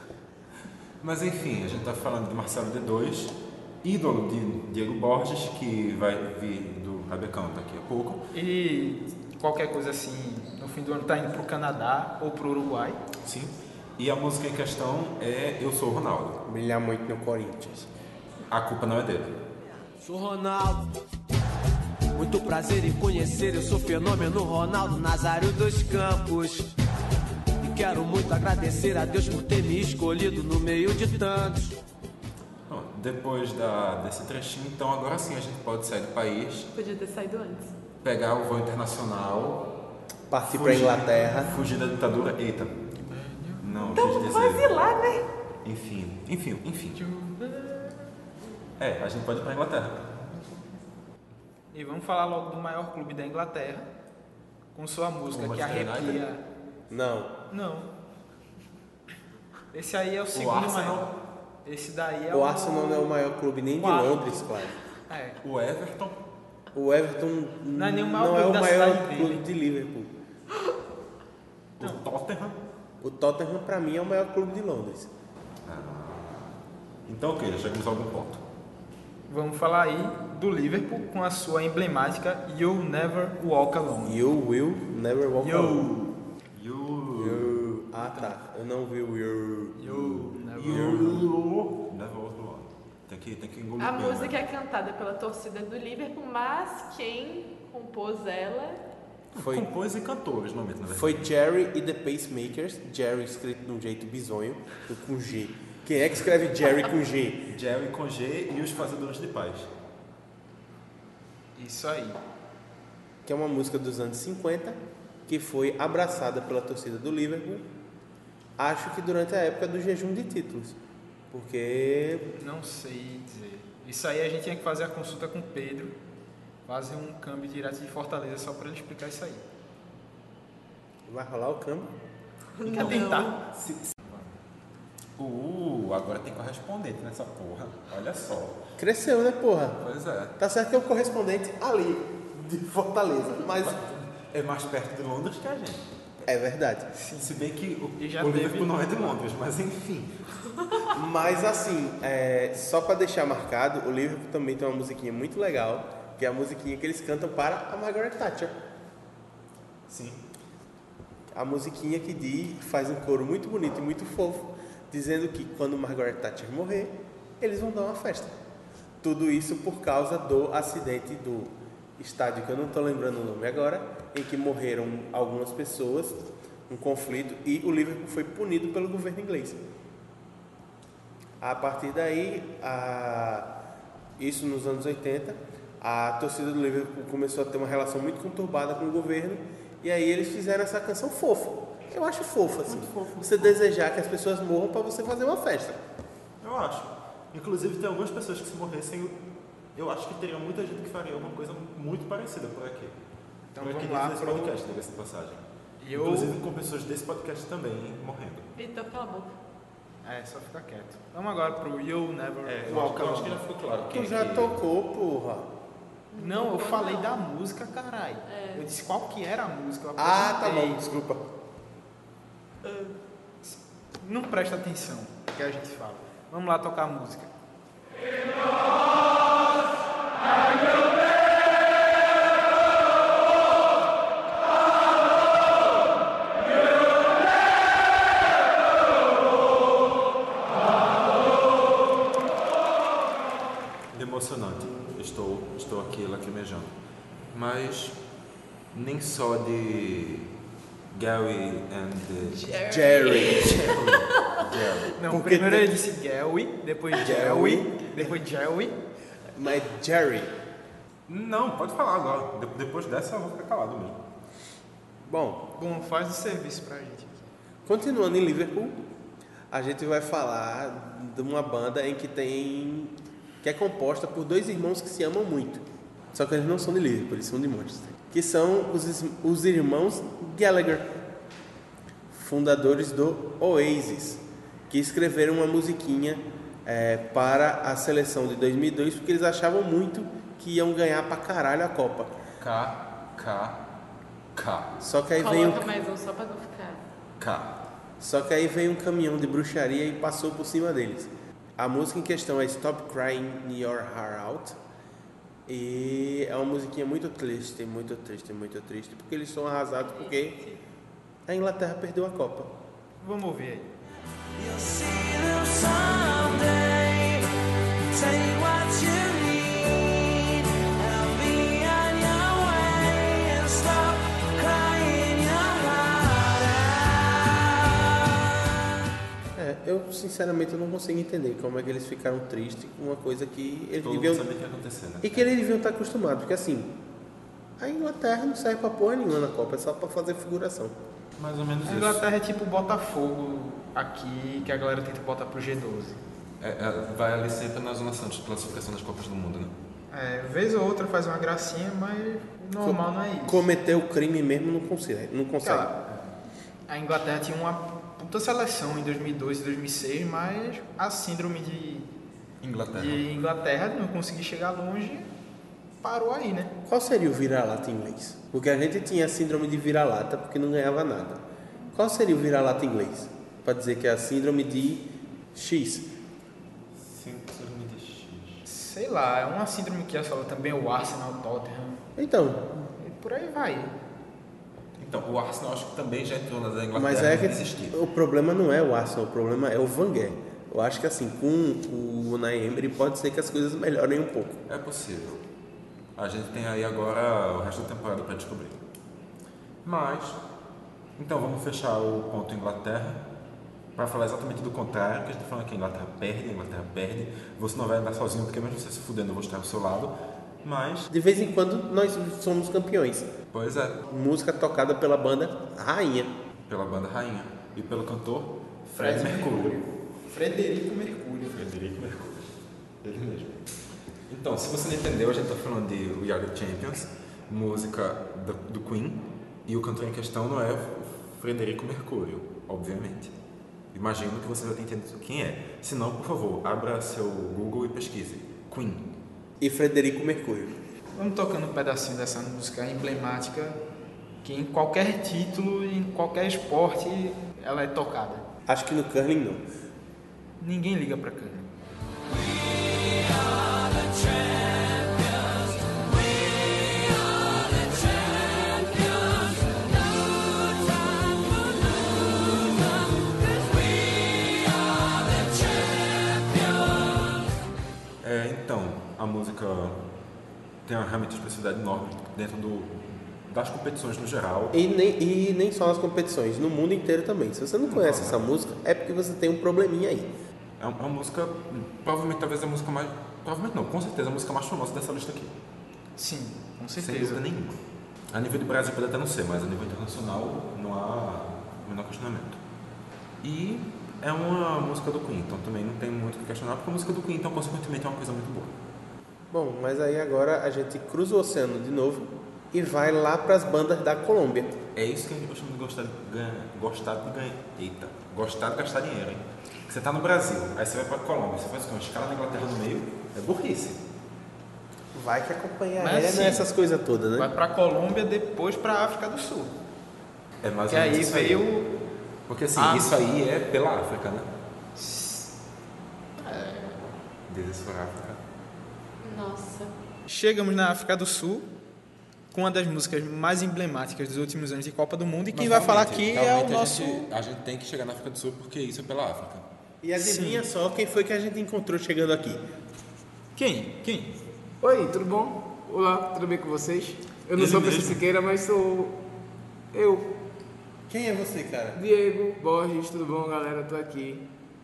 Speaker 9: Mas enfim, a gente tá falando de Marcelo D2, ídolo de Diego Borges, que vai vir do Rabecão daqui a pouco.
Speaker 8: E qualquer coisa assim, no fim do ano tá indo pro Canadá ou pro Uruguai.
Speaker 9: Sim. E a música em questão é Eu Sou o Ronaldo.
Speaker 6: Brilhar muito no Corinthians.
Speaker 9: A culpa não é dele.
Speaker 14: Sou Ronaldo. Muito prazer em conhecer, eu sou fenômeno Ronaldo Nazário dos Campos. E quero muito agradecer a Deus por ter me escolhido no meio de tantos.
Speaker 9: Bom, depois da, desse trechinho, então agora sim a gente pode sair do país,
Speaker 7: Podia ter saído antes.
Speaker 9: pegar o voo internacional.
Speaker 6: Partir
Speaker 9: fugir-
Speaker 6: pra Inglaterra.
Speaker 9: Fugir da ditadura. Eita. Não, quis
Speaker 7: Então
Speaker 9: dizer.
Speaker 7: quase lá, né?
Speaker 9: Enfim, enfim, enfim. É, a gente pode ir pra Inglaterra.
Speaker 8: E vamos falar logo do maior clube da Inglaterra, com sua música que
Speaker 9: Manchester United?
Speaker 8: arrepia.
Speaker 6: Não.
Speaker 8: Não. Esse aí é o segundo
Speaker 9: Arsenal?
Speaker 8: maior. Esse daí é
Speaker 6: O Arsenal não é o maior clube nem de
Speaker 8: Quatro.
Speaker 6: Londres, claro.
Speaker 8: É.
Speaker 9: O Everton.
Speaker 6: O Everton
Speaker 8: Não é nem o maior
Speaker 6: não é
Speaker 8: clube
Speaker 6: o
Speaker 8: da
Speaker 6: maior
Speaker 8: cidade
Speaker 6: clube
Speaker 8: dele.
Speaker 6: de Liverpool.
Speaker 9: O Tottenham.
Speaker 6: O Tottenham, pra mim, é o maior clube de Londres.
Speaker 9: Então, ok, já chegamos a algum ponto.
Speaker 8: Vamos falar aí do Liverpool com a sua emblemática You Never Walk Alone.
Speaker 6: You will never walk
Speaker 8: You.
Speaker 6: alone.
Speaker 9: You.
Speaker 6: You. Ah, tá. Eu não vi o you.
Speaker 8: You Never
Speaker 9: You. Never walk alone. Tem que, tem que engolir
Speaker 7: A
Speaker 9: bem,
Speaker 7: música
Speaker 9: né?
Speaker 7: é cantada pela torcida do Liverpool, mas quem compôs ela
Speaker 6: Foi-
Speaker 9: Compôs e cantou originalmente, na verdade.
Speaker 6: Foi Jerry e The Pacemakers. Jerry escrito de um jeito bizonho, e com G. Quem é que escreve Jerry com G?
Speaker 9: Jerry com G e os Fazedores de Paz.
Speaker 8: Isso aí.
Speaker 6: Que é uma música dos anos 50, que foi abraçada pela torcida do Liverpool. Acho que durante a época do jejum de títulos. Porque
Speaker 8: Não sei dizer. Isso aí a gente tinha que fazer a consulta com o Pedro, fazer um câmbio direto de Fortaleza só pra ele explicar isso aí.
Speaker 6: vai rolar o câmbio.
Speaker 8: Quer tentar?
Speaker 9: Uh, agora tem correspondente nessa porra. Olha só.
Speaker 6: Cresceu, né, porra?
Speaker 9: Pois é.
Speaker 6: Tá certo que é o correspondente ali, de Fortaleza, mas
Speaker 9: É mais perto de Londres que a gente.
Speaker 6: é verdade.
Speaker 9: Se bem que o,
Speaker 8: E já
Speaker 9: o
Speaker 8: teve-
Speaker 9: Liverpool não é de Londres, mas enfim.
Speaker 6: Mas assim, é, só pra deixar marcado, o Liverpool também tem uma musiquinha muito legal, que é a musiquinha que eles cantam para a Margaret Thatcher.
Speaker 9: Sim.
Speaker 6: A musiquinha que diz, faz um coro muito bonito e muito fofo, dizendo que quando Margaret Thatcher morrer, eles vão dar uma festa. Tudo isso por causa do acidente do estádio, que eu não estou lembrando o nome agora, em que morreram algumas pessoas, um conflito, e o Liverpool foi punido pelo governo inglês. A partir daí, a- isso nos anos 80, a torcida do Liverpool começou a ter uma relação muito conturbada com o governo, e aí eles fizeram essa canção fofa. Eu acho fofa, assim. Você desejar que as pessoas morram para você fazer uma festa.
Speaker 15: Eu acho. Inclusive, tem algumas pessoas que se morressem, eu acho que teria muita gente que faria uma coisa muito parecida por aqui.
Speaker 8: Então
Speaker 15: por aqui
Speaker 8: vamos lá
Speaker 15: nesse
Speaker 8: pro-
Speaker 15: podcast, diga-se de passagem.
Speaker 8: Eu-
Speaker 15: Inclusive com pessoas desse podcast também morrendo.
Speaker 7: Vitor, cala a boca.
Speaker 8: É, só ficar quieto. Vamos agora pro You Never
Speaker 15: É, eu acho
Speaker 8: Walk
Speaker 15: que- eu acho
Speaker 8: Alone. é?
Speaker 15: que já ficou claro é
Speaker 6: Tu já
Speaker 8: tá
Speaker 6: tocou, porra.
Speaker 8: Não, eu falei da música, caralho. Eu disse qual que era a música. eu
Speaker 6: Ah, tá
Speaker 8: apresentei.
Speaker 6: bom, desculpa.
Speaker 8: Não presta atenção no que a gente fala. Vamos lá tocar a música.
Speaker 9: Emocionante. Estou, estou aqui lacrimejando. Mas nem só de Gary and the...
Speaker 8: Jerry.
Speaker 9: Jerry.
Speaker 8: Não,
Speaker 9: Porque
Speaker 8: primeiro
Speaker 9: tem-
Speaker 8: ele disse Gary, depois Jerry, depois Jerry.
Speaker 6: Mas Jerry.
Speaker 9: Não, pode falar agora. De- depois dessa eu vou ficar calado mesmo.
Speaker 6: Bom.
Speaker 8: Bom, faz o serviço pra gente.
Speaker 6: Continuando em Liverpool, a gente vai falar de uma banda em que tem. que é composta por dois irmãos que se amam muito. Só que eles não são de Liverpool, eles são de Manchester. Que são os, is- os irmãos Gallagher, fundadores do Oasis, que escreveram uma musiquinha eh, para a seleção de 2002 porque eles achavam muito que iam ganhar pra caralho a Copa.
Speaker 9: K, K, K.
Speaker 6: Só que aí vem o
Speaker 7: Coloca mais um só pra não ficar.
Speaker 6: Tá. Só que aí veio um caminhão de bruxaria e passou por cima deles. A música em questão é Stop Crying Your Heart Out. E é uma musiquinha muito triste, muito triste, muito triste, porque eles são arrasados porque a Inglaterra perdeu a Copa.
Speaker 8: Vamos ouvir aí.
Speaker 6: É, eu sinceramente não consigo entender como é que eles ficaram tristes com uma coisa que eles
Speaker 9: Todo mundo
Speaker 6: deviam.
Speaker 9: sabia que ia acontecer, né?
Speaker 6: E que eles deviam estar acostumados, porque assim, a Inglaterra não serve pra porra nenhuma na Copa, é só pra fazer figuração.
Speaker 9: Mais ou menos
Speaker 8: A Inglaterra é tipo Botafogo aqui, que a galera tenta botar pro G12.
Speaker 9: É, é, vai ali sempre na Zona Santos, classificação das Copas do Mundo, né?
Speaker 8: É, vez ou outra faz uma gracinha, mas o normal não é isso.
Speaker 6: Cometer o crime mesmo não consegue. Não consegue.
Speaker 8: Cara, a Inglaterra tinha uma puta seleção em 2002 e 2006, mas a síndrome de
Speaker 9: Inglaterra.
Speaker 8: de Inglaterra de não conseguir chegar longe parou aí, né?
Speaker 6: Qual seria o vira-lata inglês? Porque a gente tinha a síndrome de vira-lata porque não ganhava nada. Qual seria o vira-lata inglês? Pra dizer que é a síndrome de X.
Speaker 9: Síndrome de X.
Speaker 8: Sei lá, é uma síndrome que assola também o Arsenal, o Tottenham,
Speaker 6: Então,
Speaker 8: e por aí vai.
Speaker 9: Então, o Arsenal acho que também já entrou na da Inglaterra.
Speaker 6: mas é
Speaker 9: não existe.
Speaker 6: que o problema não é o Arsenal, o problema é o Van Gaal. Eu acho que assim, com o Unai Emery pode ser que as coisas melhorem um pouco.
Speaker 9: É possível. A gente tem aí agora o resto da temporada para descobrir. Mas, então vamos fechar o ponto Inglaterra para falar exatamente do contrário, que a gente tá falando que a Inglaterra perde, a Inglaterra perde. Você não vai andar sozinho, porque mesmo você se fudendo, eu vou estar ao seu lado. Mas.
Speaker 6: De vez em quando nós somos campeões.
Speaker 9: Pois é.
Speaker 6: Música tocada pela banda Rainha.
Speaker 9: Pela banda Rainha. E pelo cantor Fred, Mercury.
Speaker 8: Frederico Mercúrio.
Speaker 9: Frederico Mercury. Ele mesmo. Então, se você não entendeu, a gente tá falando de We Are The Champions, música do, do Queen, e o cantor em questão não é o Frederico Mercúrio, obviamente. Imagino que você já tenha entendido quem é. Se não, por favor, abra seu Google e pesquise. Queen.
Speaker 6: E Frederico Mercúrio.
Speaker 8: Vamos tocando um pedacinho dessa música emblemática que em qualquer título, em qualquer esporte, ela é tocada.
Speaker 6: Acho que no curling não.
Speaker 8: Ninguém liga pra câmera.
Speaker 1: We are
Speaker 9: É, então, música tem uma, realmente uma especialidade enorme dentro do, das competições no geral.
Speaker 6: E nem, e nem só nas competições, no mundo inteiro também. Se você não conhece essa música, é porque você tem um probleminha aí.
Speaker 9: É uma música, provavelmente, talvez a música mais. Provavelmente não, com certeza a música mais famosa dessa lista aqui.
Speaker 8: Sim, com
Speaker 9: Sem
Speaker 8: certeza.
Speaker 9: dúvida nenhuma. A nível de Brasil pode até não ser, mas a nível internacional não há o menor questionamento. E é uma música do Queen, então também não tem muito o que questionar, porque a música do Queen, então, consequentemente, é uma coisa muito boa.
Speaker 6: Bom, mas aí agora a gente cruza o oceano de novo e vai lá pras bandas da Colômbia.
Speaker 9: É isso que eu chamo de gostar de ganhar. Gostar de ganhar. Eita, gostar de gastar dinheiro, hein? Você tá no Brasil, aí você vai pra Colômbia, você faz o quê? Uma escala na Inglaterra no meio? É burrice.
Speaker 6: Vai que acompanha
Speaker 8: Mas,
Speaker 6: aérea,
Speaker 8: assim,
Speaker 6: né? Essas coisas todas, né?
Speaker 8: Vai pra Colômbia, depois pra África do Sul.
Speaker 9: É mais
Speaker 8: Que
Speaker 9: ou menos
Speaker 8: aí um
Speaker 9: isso
Speaker 8: veio-
Speaker 9: Porque assim,
Speaker 8: Ah.
Speaker 9: isso aí é pela África, né? Diz isso pra África.
Speaker 7: Nossa.
Speaker 8: Chegamos na África do Sul com uma das músicas mais emblemáticas dos últimos anos de Copa do Mundo e quem
Speaker 9: Mas,
Speaker 8: vai falar
Speaker 9: realmente,
Speaker 8: aqui é o
Speaker 9: realmente a
Speaker 8: nosso.
Speaker 9: gente- a gente tem que chegar na África do Sul porque isso é pela África.
Speaker 6: E adivinha só quem foi que a gente encontrou chegando aqui.
Speaker 8: Quem? Quem?
Speaker 16: Oi, tudo bom? Olá, tudo bem com vocês? Eu não
Speaker 6: Ele
Speaker 16: sou Pedro
Speaker 6: mesmo.
Speaker 16: Siqueira, mas sou eu.
Speaker 6: Quem é você, cara?
Speaker 16: Diego Borges, tudo bom, galera? Tô aqui.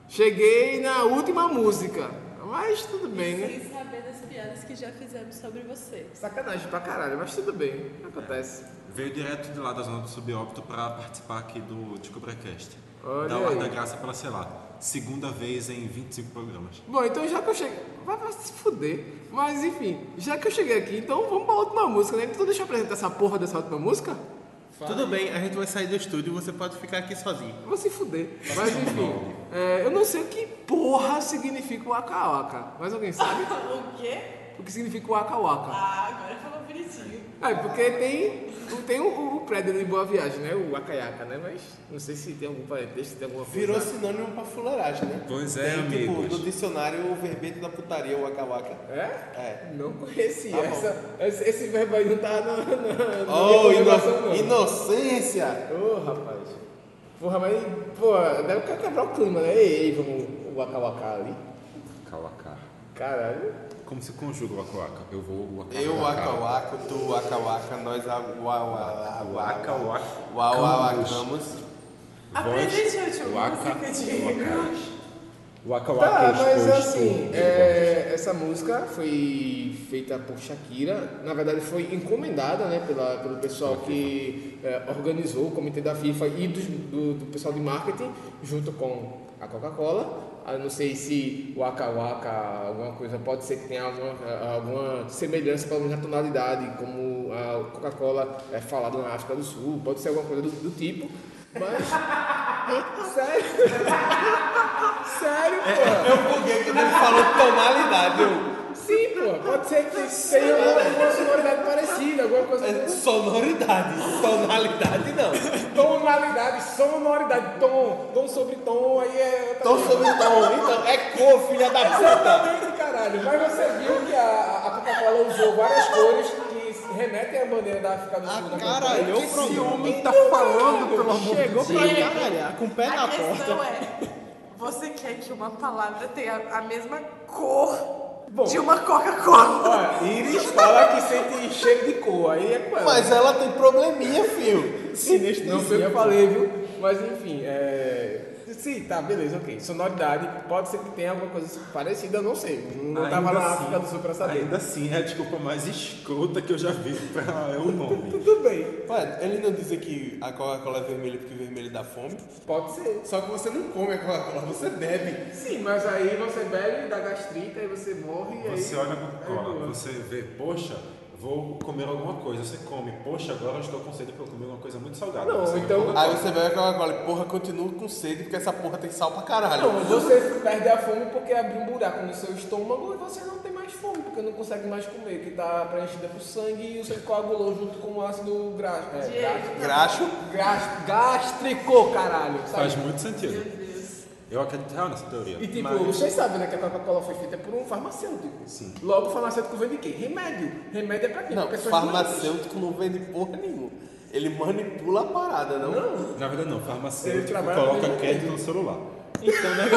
Speaker 16: Cheguei na última música, mas tudo bem, né?
Speaker 17: Sem saber das piadas que já fizemos sobre você.
Speaker 16: Sacanagem pra caralho, mas tudo bem, acontece.
Speaker 9: Veio direto de lá da zona do subóbito para participar aqui do DescubraCast.
Speaker 16: Olha
Speaker 9: Dá o ar
Speaker 16: aí.
Speaker 9: da graça pela, sei lá, segunda vez em 25 programas.
Speaker 16: Bom, então já que eu cheguei. Vai, vai se fuder. Mas enfim, já que eu cheguei aqui, então vamos pra última música, né? Então deixa eu apresentar essa porra dessa última música.
Speaker 6: Tudo bem, a gente vai sair do estúdio e você pode ficar aqui sozinho.
Speaker 16: Vou se fuder. Mas enfim, é, eu não sei o que porra significa o Waka Waka. Mas alguém sabe?
Speaker 17: o quê?
Speaker 16: o que significa o Waka Waka?
Speaker 17: Ah, agora falou bonitinho.
Speaker 16: É, porque tem, tem o, o prédio de Boa Viagem, né? O Acaiaca, né? Mas não sei se tem algum parentesco, se tem alguma coisa.
Speaker 6: Virou sinônimo pra fuleiragem, né?
Speaker 9: Pois é,
Speaker 6: Tem, Tipo,
Speaker 9: amigos.
Speaker 6: no dicionário, o verbete da putaria, o akawaka.
Speaker 16: É?
Speaker 6: É.
Speaker 16: Não conhecia.
Speaker 6: Tá bom.
Speaker 16: essa, esse, esse verbo aí não tá na. na- na
Speaker 6: Oh, ino-
Speaker 16: conservação, não.
Speaker 6: inocência!
Speaker 16: Ô, rapaz. Porra, mas. Porra, deve ca- quebrar o clima, né? Ei, ei, vamos o Waka Waka ali.
Speaker 9: Kawaka.
Speaker 16: Caralho.
Speaker 9: Como se conjuga o Wakawaka? Eu vou Waka
Speaker 6: Eu,
Speaker 9: Waka.
Speaker 6: akawaka, tu, akawaka, nós, akawaka,
Speaker 9: Wakawakamos.
Speaker 17: Apresente a última
Speaker 9: Waka-
Speaker 17: música, Diego.
Speaker 9: Waka Waka
Speaker 6: é
Speaker 16: Tá, mas
Speaker 6: tipo,
Speaker 9: exposto.
Speaker 16: assim, é, essa música foi feita por Shakira. Na verdade, foi encomendada né, pela, pelo pessoal que é, organizou o comitê da FIFA e dos- do, do pessoal de marketing, junto com a Coca-Cola. Ah, não sei se o Waka Waka, alguma coisa, pode ser que tenha alguma, alguma semelhança, pelo menos na tonalidade, como a Coca-Cola é falada na África do Sul, pode ser alguma coisa do, do tipo. Mas. Sério? Sério, pô?
Speaker 6: Eu buguei quando ele falou tonalidade, eu...
Speaker 16: Sim, pô, pode ser que tenha alguma, alguma sonoridade parecida, alguma coisa.
Speaker 6: é Sonoridade, tonalidade não.
Speaker 16: tipo. Tonalidade, sonoridade, tom, tom sobre tom, aí é.
Speaker 6: Tom sobre tom, então, é cor, filha da puta.
Speaker 16: Exatamente, caralho. Mas você viu que a, a Coca-Cola usou várias cores que se remetem à bandeira da África do Sul. né? na campanha.
Speaker 8: Ah, Caralho,
Speaker 16: Que
Speaker 8: esse
Speaker 16: ciúme.
Speaker 8: homem tá
Speaker 16: Então,
Speaker 8: falando,
Speaker 16: caralho,
Speaker 8: pelo amor de
Speaker 16: Chegou
Speaker 8: Deus.
Speaker 16: pra caralhar.
Speaker 8: com o pé
Speaker 17: a
Speaker 8: na
Speaker 17: questão
Speaker 8: porta.
Speaker 17: é, você quer que uma palavra tenha a mesma cor
Speaker 16: Bom.
Speaker 17: de uma Coca-Cola?
Speaker 16: Olha, Iris fala que sente cheiro de cor, aí é com ela.
Speaker 6: Mas ela tem probleminha, filho. Sinestesia,
Speaker 16: Não foi o que eu
Speaker 6: pô.
Speaker 16: falei, viu? Mas enfim, é... Sim, tá, beleza, ok. Sonoridade, pode ser que tenha alguma coisa parecida, eu não sei. Não
Speaker 9: Ainda
Speaker 16: tava na
Speaker 9: assim-
Speaker 16: África do Sul pra saber.
Speaker 9: Ainda assim, é a desculpa mais escrota que eu já vi [LAUGHS] pra é o nome.
Speaker 16: Tudo bem.
Speaker 6: Ué, ele não diz que a Coca-Cola é vermelha porque vermelho dá fome?
Speaker 16: Pode ser.
Speaker 6: Só que você não come a Coca-Cola, você bebe.
Speaker 16: Sim, mas aí você bebe, dá gastrite, aí você morre, e aí...
Speaker 9: Você olha a
Speaker 16: É
Speaker 9: Coca-Cola, você vê, poxa, vou comer alguma coisa. Você come, poxa, agora eu estou com sede porque eu comi uma coisa muito
Speaker 16: Ah,
Speaker 9: salgada. Você vê
Speaker 16: então
Speaker 9: Coca-Cola.
Speaker 6: Aí você bebe a Coca-Cola e, porra, continua com sede porque essa porra tem sal pra caralho.
Speaker 16: Não, você perde a fome porque abriu um buraco no seu estômago e você não tem mais fome, porque não consegue mais comer, que tá preenchida por sangue e o sangue coagulou junto com o ácido graxo. É,
Speaker 17: Diego.
Speaker 6: Graxo?
Speaker 16: Graxo. Gástrico, caralho. sabe?
Speaker 9: Faz muito sentido. Eu acredito real nessa teoria.
Speaker 16: E tipo,
Speaker 9: mas-
Speaker 16: vocês sabem, né, que a Coca-Cola foi feita por um farmacêutico.
Speaker 9: Sim.
Speaker 16: Logo, o farmacêutico vende quê? Remédio. Remédio é pra quê?
Speaker 6: Não,
Speaker 16: Pra pessoas doentes.
Speaker 6: farmacêutico não vende porra nenhuma. Ele manipula a parada, não?
Speaker 16: Não.
Speaker 9: Na verdade não,
Speaker 6: Ele
Speaker 9: farmacêutico
Speaker 6: trabalha
Speaker 9: coloca
Speaker 6: mesmo
Speaker 9: crédito no celular.
Speaker 8: Então, né?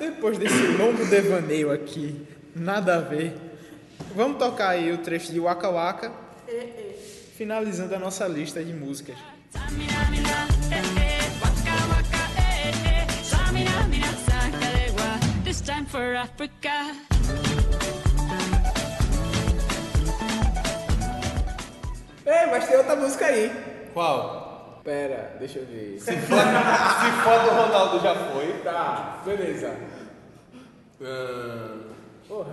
Speaker 18: Depois desse longo devaneio aqui, nada a ver, vamos tocar aí o trecho de Waka Waka, finalizando a nossa lista de músicas.
Speaker 19: This time for Africa.
Speaker 16: É, mas tem outra música aí.
Speaker 6: Qual?
Speaker 16: Pera, deixa eu ver.
Speaker 6: Se fã, se fã do Ronaldo já foi.
Speaker 16: Tá, beleza.
Speaker 9: Ah,
Speaker 16: Porra.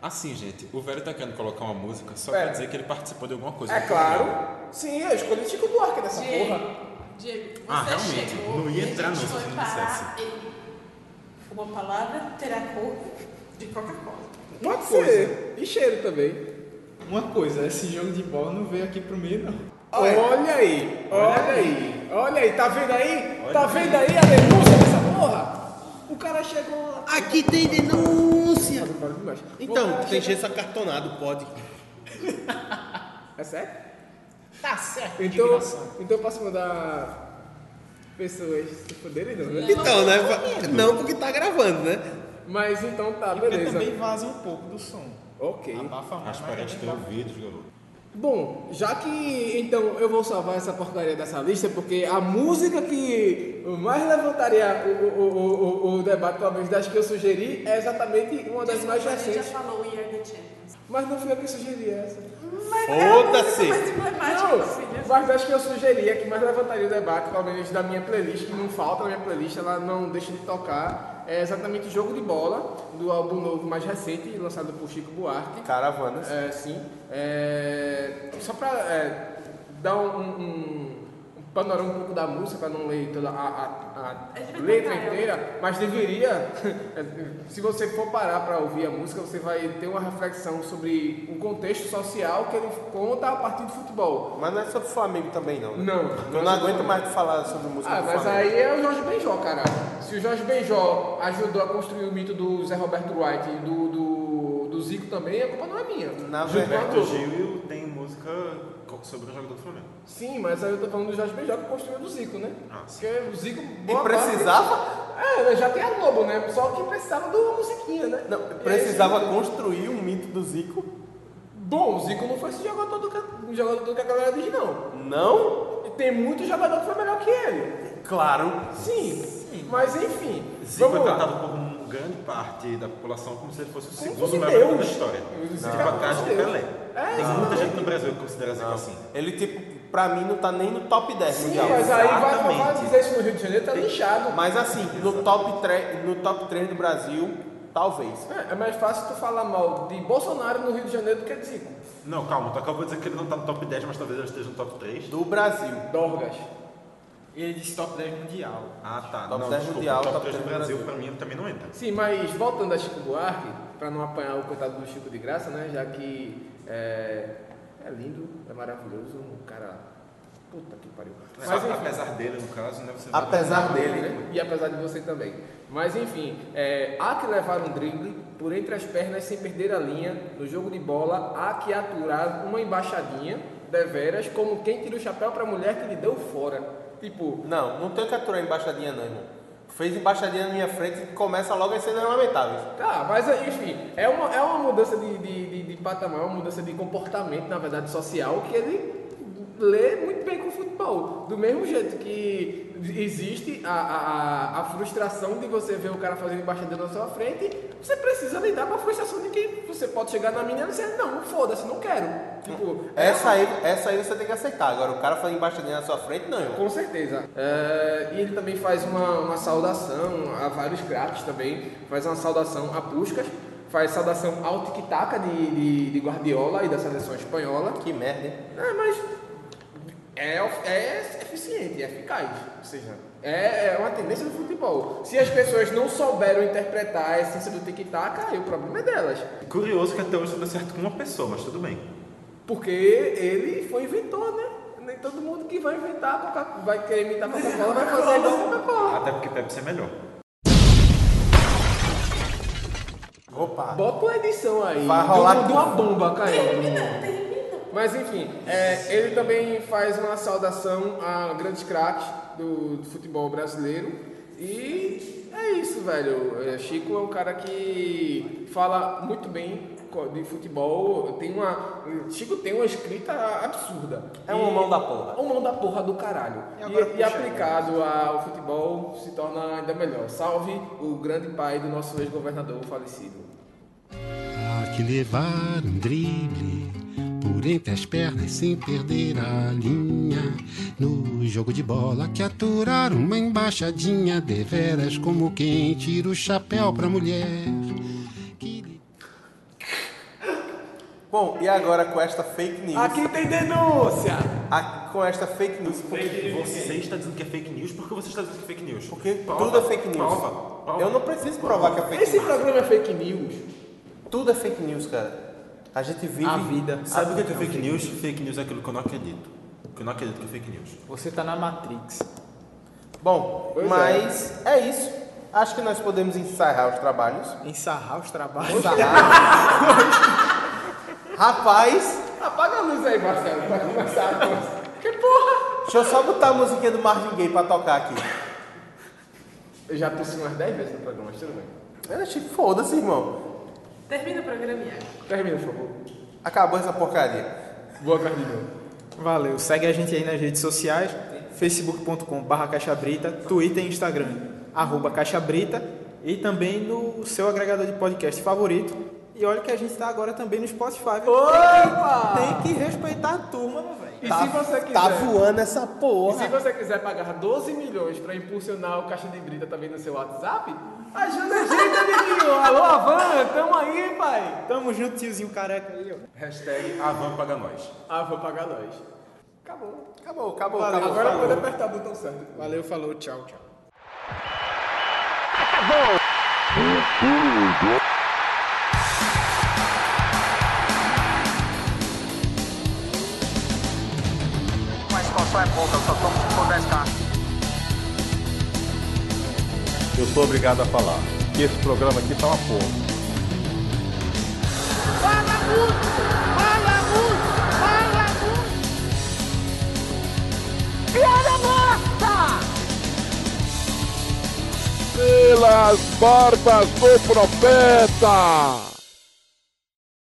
Speaker 9: Assim, gente, o velho tá querendo colocar uma música só
Speaker 16: É.
Speaker 9: pra dizer que ele participou de alguma coisa.
Speaker 16: É
Speaker 9: no programa.
Speaker 16: claro. Sim, eu escolhi Chico Buarque dessa
Speaker 17: Diego,
Speaker 16: porra.
Speaker 17: Diego, você
Speaker 9: Ah, realmente,
Speaker 17: chegou
Speaker 9: não
Speaker 17: e
Speaker 9: ia
Speaker 17: a
Speaker 9: entrar
Speaker 17: gente
Speaker 9: nisso
Speaker 17: foi
Speaker 9: se não
Speaker 17: parar em Uma palavra terá cor de Coca-Cola.
Speaker 16: Pode
Speaker 18: coisa.
Speaker 16: ser. E cheiro também.
Speaker 18: Uma coisa, esse jogo de bola não veio aqui pro meio, não.
Speaker 16: Olha, aí, olha aí, olha aí, tá vendo aí? tá vendo aí a denúncia dessa porra? O cara chegou lá.
Speaker 20: Aqui tem denúncia.
Speaker 6: Então, tem gesso acartonado, pode.
Speaker 16: É sério?
Speaker 18: Tá certo.
Speaker 16: Então, então eu posso mandar pessoas se fuderem, não, né?
Speaker 6: Então, né? va- Não, porque tá gravando, né?
Speaker 16: Mas então tá,
Speaker 18: Porque
Speaker 16: beleza.
Speaker 18: também vaza um pouco do som.
Speaker 16: Ok.
Speaker 18: Abafa mais.
Speaker 9: As
Speaker 18: mas
Speaker 9: paredes
Speaker 18: também
Speaker 9: têm
Speaker 18: vaza.
Speaker 9: ouvidos, garoto.
Speaker 16: Bom, já que então eu vou salvar essa porcaria dessa lista, porque a música que mais levantaria o, o, o, o, o debate, pelo menos das que eu sugeri, é exatamente uma das mais
Speaker 17: Desculpa, a gente já
Speaker 16: recentes.
Speaker 17: falou We Are The Champions.
Speaker 16: Mas não fui eu que sugeri essa.
Speaker 17: Mas é a
Speaker 6: Foda-se!
Speaker 17: música mais emblemática do filme.
Speaker 16: Não, mas das que eu sugeri, é que mais levantaria o debate, pelo menos da minha playlist, que não falta na minha playlist, ela não deixa de tocar, é exatamente o Jogo de Bola, do álbum novo mais recente, lançado por Chico Buarque.
Speaker 6: Caravanas.
Speaker 16: É, sim. É, só pra é, dar um, um- um panorama um pouco da música, pra não ler toda a, a- a letra
Speaker 6: cantar ela.
Speaker 16: inteira, mas deveria, [LAUGHS] é, se você for parar pra ouvir a música, você vai ter uma reflexão sobre o contexto social que ele conta a partir do futebol.
Speaker 6: Mas não é sobre o Flamengo também, não. né?
Speaker 16: Não.
Speaker 6: Eu não aguento mais falar sobre música
Speaker 16: Ah,
Speaker 6: do
Speaker 16: mas
Speaker 6: Flamengo.
Speaker 16: aí é o Jorge Benjó, cara. Se o Jorge Benjó ajudou a construir o mito do Zé Roberto White e do, do, do Zico também, a culpa não é minha.
Speaker 6: Na
Speaker 16: Junto com a
Speaker 6: verdade,
Speaker 16: Globo.
Speaker 6: o Gil
Speaker 15: Gil tem música co- sobre o jogador do Flamengo.
Speaker 16: Sim, mas aí eu tô falando do Jorge Benjó que construiu do Zico, né? Porque o Zico...
Speaker 6: E precisava?
Speaker 16: É, já tem a Globo, né? Só que precisava de uma musiquinha, né? Não,
Speaker 6: Precisava construir um mito do Zico.
Speaker 16: Bom, o Zico não foi esse jogador do que, jogador que a galera diz, não.
Speaker 6: Não?
Speaker 16: E tem muito jogador que foi melhor que ele.
Speaker 6: Claro.
Speaker 16: Sim, mas enfim.
Speaker 9: Zico é
Speaker 16: vamos lá.
Speaker 9: tratado por um- grande parte da população como se ele fosse o
Speaker 16: fosse
Speaker 9: segundo melhor jogador da
Speaker 16: Deus.
Speaker 9: história.
Speaker 16: Zico
Speaker 9: Tipo,
Speaker 16: é
Speaker 9: atrás do
Speaker 16: Deus.
Speaker 9: Pelé.
Speaker 16: É,
Speaker 9: Tem muita
Speaker 16: exatamente.
Speaker 9: gente no Brasil que considera Zico assim.
Speaker 6: Ele, tipo, pra mim não tá nem no top 10
Speaker 16: Sim,
Speaker 6: mundial.
Speaker 16: mas aí vai- vai
Speaker 6: Exatamente.
Speaker 16: dizer isso no Rio de Janeiro, tá lixado.
Speaker 6: Mas assim, no top, 3, no top 3 do Brasil, talvez.
Speaker 16: É, é mais fácil tu falar mal de Bolsonaro no Rio de Janeiro do que de Zico.
Speaker 9: Não, calma, tu acabou de dizer que ele não tá no top 10, mas talvez ele esteja no top 3.
Speaker 6: Do Brasil.
Speaker 16: Dorgas.
Speaker 18: Ele disse top 10 mundial.
Speaker 9: Ah, tá.
Speaker 6: Top
Speaker 9: não,
Speaker 6: 10
Speaker 9: desculpa,
Speaker 6: mundial,
Speaker 9: top,
Speaker 6: top
Speaker 9: 3 do
Speaker 6: 10
Speaker 9: Brasil,
Speaker 6: Brasil.
Speaker 9: pra mim também não entra.
Speaker 16: Sim, mas voltando a Chico Buarque, pra não apanhar o coitado do Chico de graça, né? Já que é, é lindo, é maravilhoso, um cara. Puta que pariu.
Speaker 9: Mas,
Speaker 16: enfim.
Speaker 9: apesar dele, no caso, né? Você
Speaker 16: É. Apesar dele. né? E apesar de você também. Mas enfim, é, há que levar um drible por entre as pernas sem perder a linha. No jogo de bola, há que aturar uma embaixadinha, deveras, como quem tira o chapéu pra mulher que lhe deu fora. Tipo.
Speaker 6: Não, não tem que aturar embaixadinha não, irmão. Fez embaixadinha na minha frente e começa logo as cenas lamentáveis.
Speaker 16: Tá, mas aí, enfim, é uma, é uma mudança de, de, de, de patamar, é uma mudança de comportamento, na verdade, social, que ele lê muito bem com o futebol. Do mesmo jeito que existe a, a, a- a frustração de você ver o cara fazendo embaixadinha na sua frente, você precisa lidar com a frustração de que você pode chegar na menina e dizer, não, foda-se, não quero. Tipo,
Speaker 6: Essa aí, essa aí você tem que aceitar. Agora, o cara fazer embaixadinha na sua frente, não, irmão.
Speaker 16: Com certeza. É, e ele também faz uma, uma saudação a vários craques também. Faz uma saudação a Puskas. Faz saudação ao tic-taca de, de, de Guardiola e da seleção espanhola.
Speaker 6: Que merda, hein?
Speaker 16: É, mas é, of- é eficiente, é eficaz. Ou seja, é, é uma tendência do futebol. Se as pessoas não souberam interpretar a essência do tic-tac, aí o problema é delas.
Speaker 15: Curioso que até hoje não deu certo com uma pessoa, mas tudo bem.
Speaker 16: Porque ele foi inventor, né? Nem todo mundo que vai inventar Coca- vai querer imitar Coca-Cola vai fazer igual a Coca-Cola.
Speaker 15: Até porque Pepsi é melhor.
Speaker 6: Opa!
Speaker 16: Bota uma edição aí.
Speaker 6: Vai rolar
Speaker 16: de,
Speaker 6: aqui.
Speaker 16: de uma bomba caindo. Mas enfim, é, ele também faz uma saudação a grandes craques do, do futebol brasileiro. E é isso, velho. É, Chico é um cara que fala muito bem co- de futebol. Tem uma, Chico tem uma escrita absurda.
Speaker 21: É um
Speaker 16: E-
Speaker 21: mão da porra.
Speaker 16: Um mão da porra do caralho.
Speaker 21: E
Speaker 16: E,
Speaker 21: agora,
Speaker 16: e
Speaker 21: puxa,
Speaker 16: aplicado ao futebol se torna ainda melhor. Salve o grande pai do nosso ex-governador falecido.
Speaker 4: Há que levar um drible por entre as pernas sem perder a linha. No jogo de bola que aturar uma embaixadinha, deveras como quem tira o chapéu pra mulher.
Speaker 6: Bom, e agora com esta fake news.
Speaker 9: Aqui
Speaker 6: tem denúncia! com esta fake news, porque
Speaker 9: Você está dizendo que é fake news? Por que você está dizendo que é fake news?
Speaker 6: Porque tudo é fake news.
Speaker 9: Prova. prova.
Speaker 6: Eu não preciso provar que é fake
Speaker 9: Esse
Speaker 6: news.
Speaker 16: programa é fake news.
Speaker 6: Tudo é fake news, cara. A gente vive.
Speaker 9: A vida. Sabe o que é, que é
Speaker 6: um
Speaker 9: fake news? Fake news é aquilo que eu não acredito. Que eu não acredito que é fake news.
Speaker 22: Você tá na Matrix.
Speaker 6: Bom,
Speaker 22: Pois
Speaker 6: mas é. isso. Acho que nós podemos encerrar os trabalhos.
Speaker 8: Ensarrar os trabalhos.
Speaker 6: Rapaz,
Speaker 16: Apaga a luz aí, Marcelo, pra começar a coisa. Que porra!
Speaker 6: deixa eu só botar a musiquinha do Marvin Gaye pra tocar aqui.
Speaker 16: Eu já tossi umas 10 vezes no programa, mas tudo bem.
Speaker 6: Eu achei é foda-se, irmão.
Speaker 23: Termina o programa, Iago.
Speaker 6: Termina, por favor. Acabou essa porcaria.
Speaker 16: Boa, Carlinhos.
Speaker 8: Valeu. Segue a gente aí nas redes sociais, facebook.com.br caixabrita, twitter e instagram, arroba caixabrita, e também no seu agregador de podcast favorito. E olha que a gente está agora também no Spotify. viu?
Speaker 16: Opa!
Speaker 8: Tem que respeitar a turma, meu velho.
Speaker 16: E se você quiser.
Speaker 6: Tá essa
Speaker 16: E se você quiser pagar 12 milhões pra impulsionar o Caixa de Brita também no seu WhatsApp, ajuda a gente, amiguinho! Alô, Avan, tamo aí, pai!
Speaker 8: Tamo junto, tiozinho careca aí, ó.
Speaker 6: Hashtag
Speaker 9: Ah,
Speaker 6: Avan paga nós.
Speaker 16: Avan paga nós. Acabou. Acabou, acabou,
Speaker 8: Valeu,
Speaker 16: acabou. Agora
Speaker 8: falou.
Speaker 16: pode apertar o botão certo.
Speaker 8: Valeu, falou, tchau, tchau.
Speaker 1: Mas qual só é pouca, só é somos por 10k.
Speaker 24: Eu sou obrigado a falar que esse programa aqui tá uma porra.
Speaker 7: Fala muito, fala muito. Piada morta!
Speaker 25: Pelas barbas do profeta.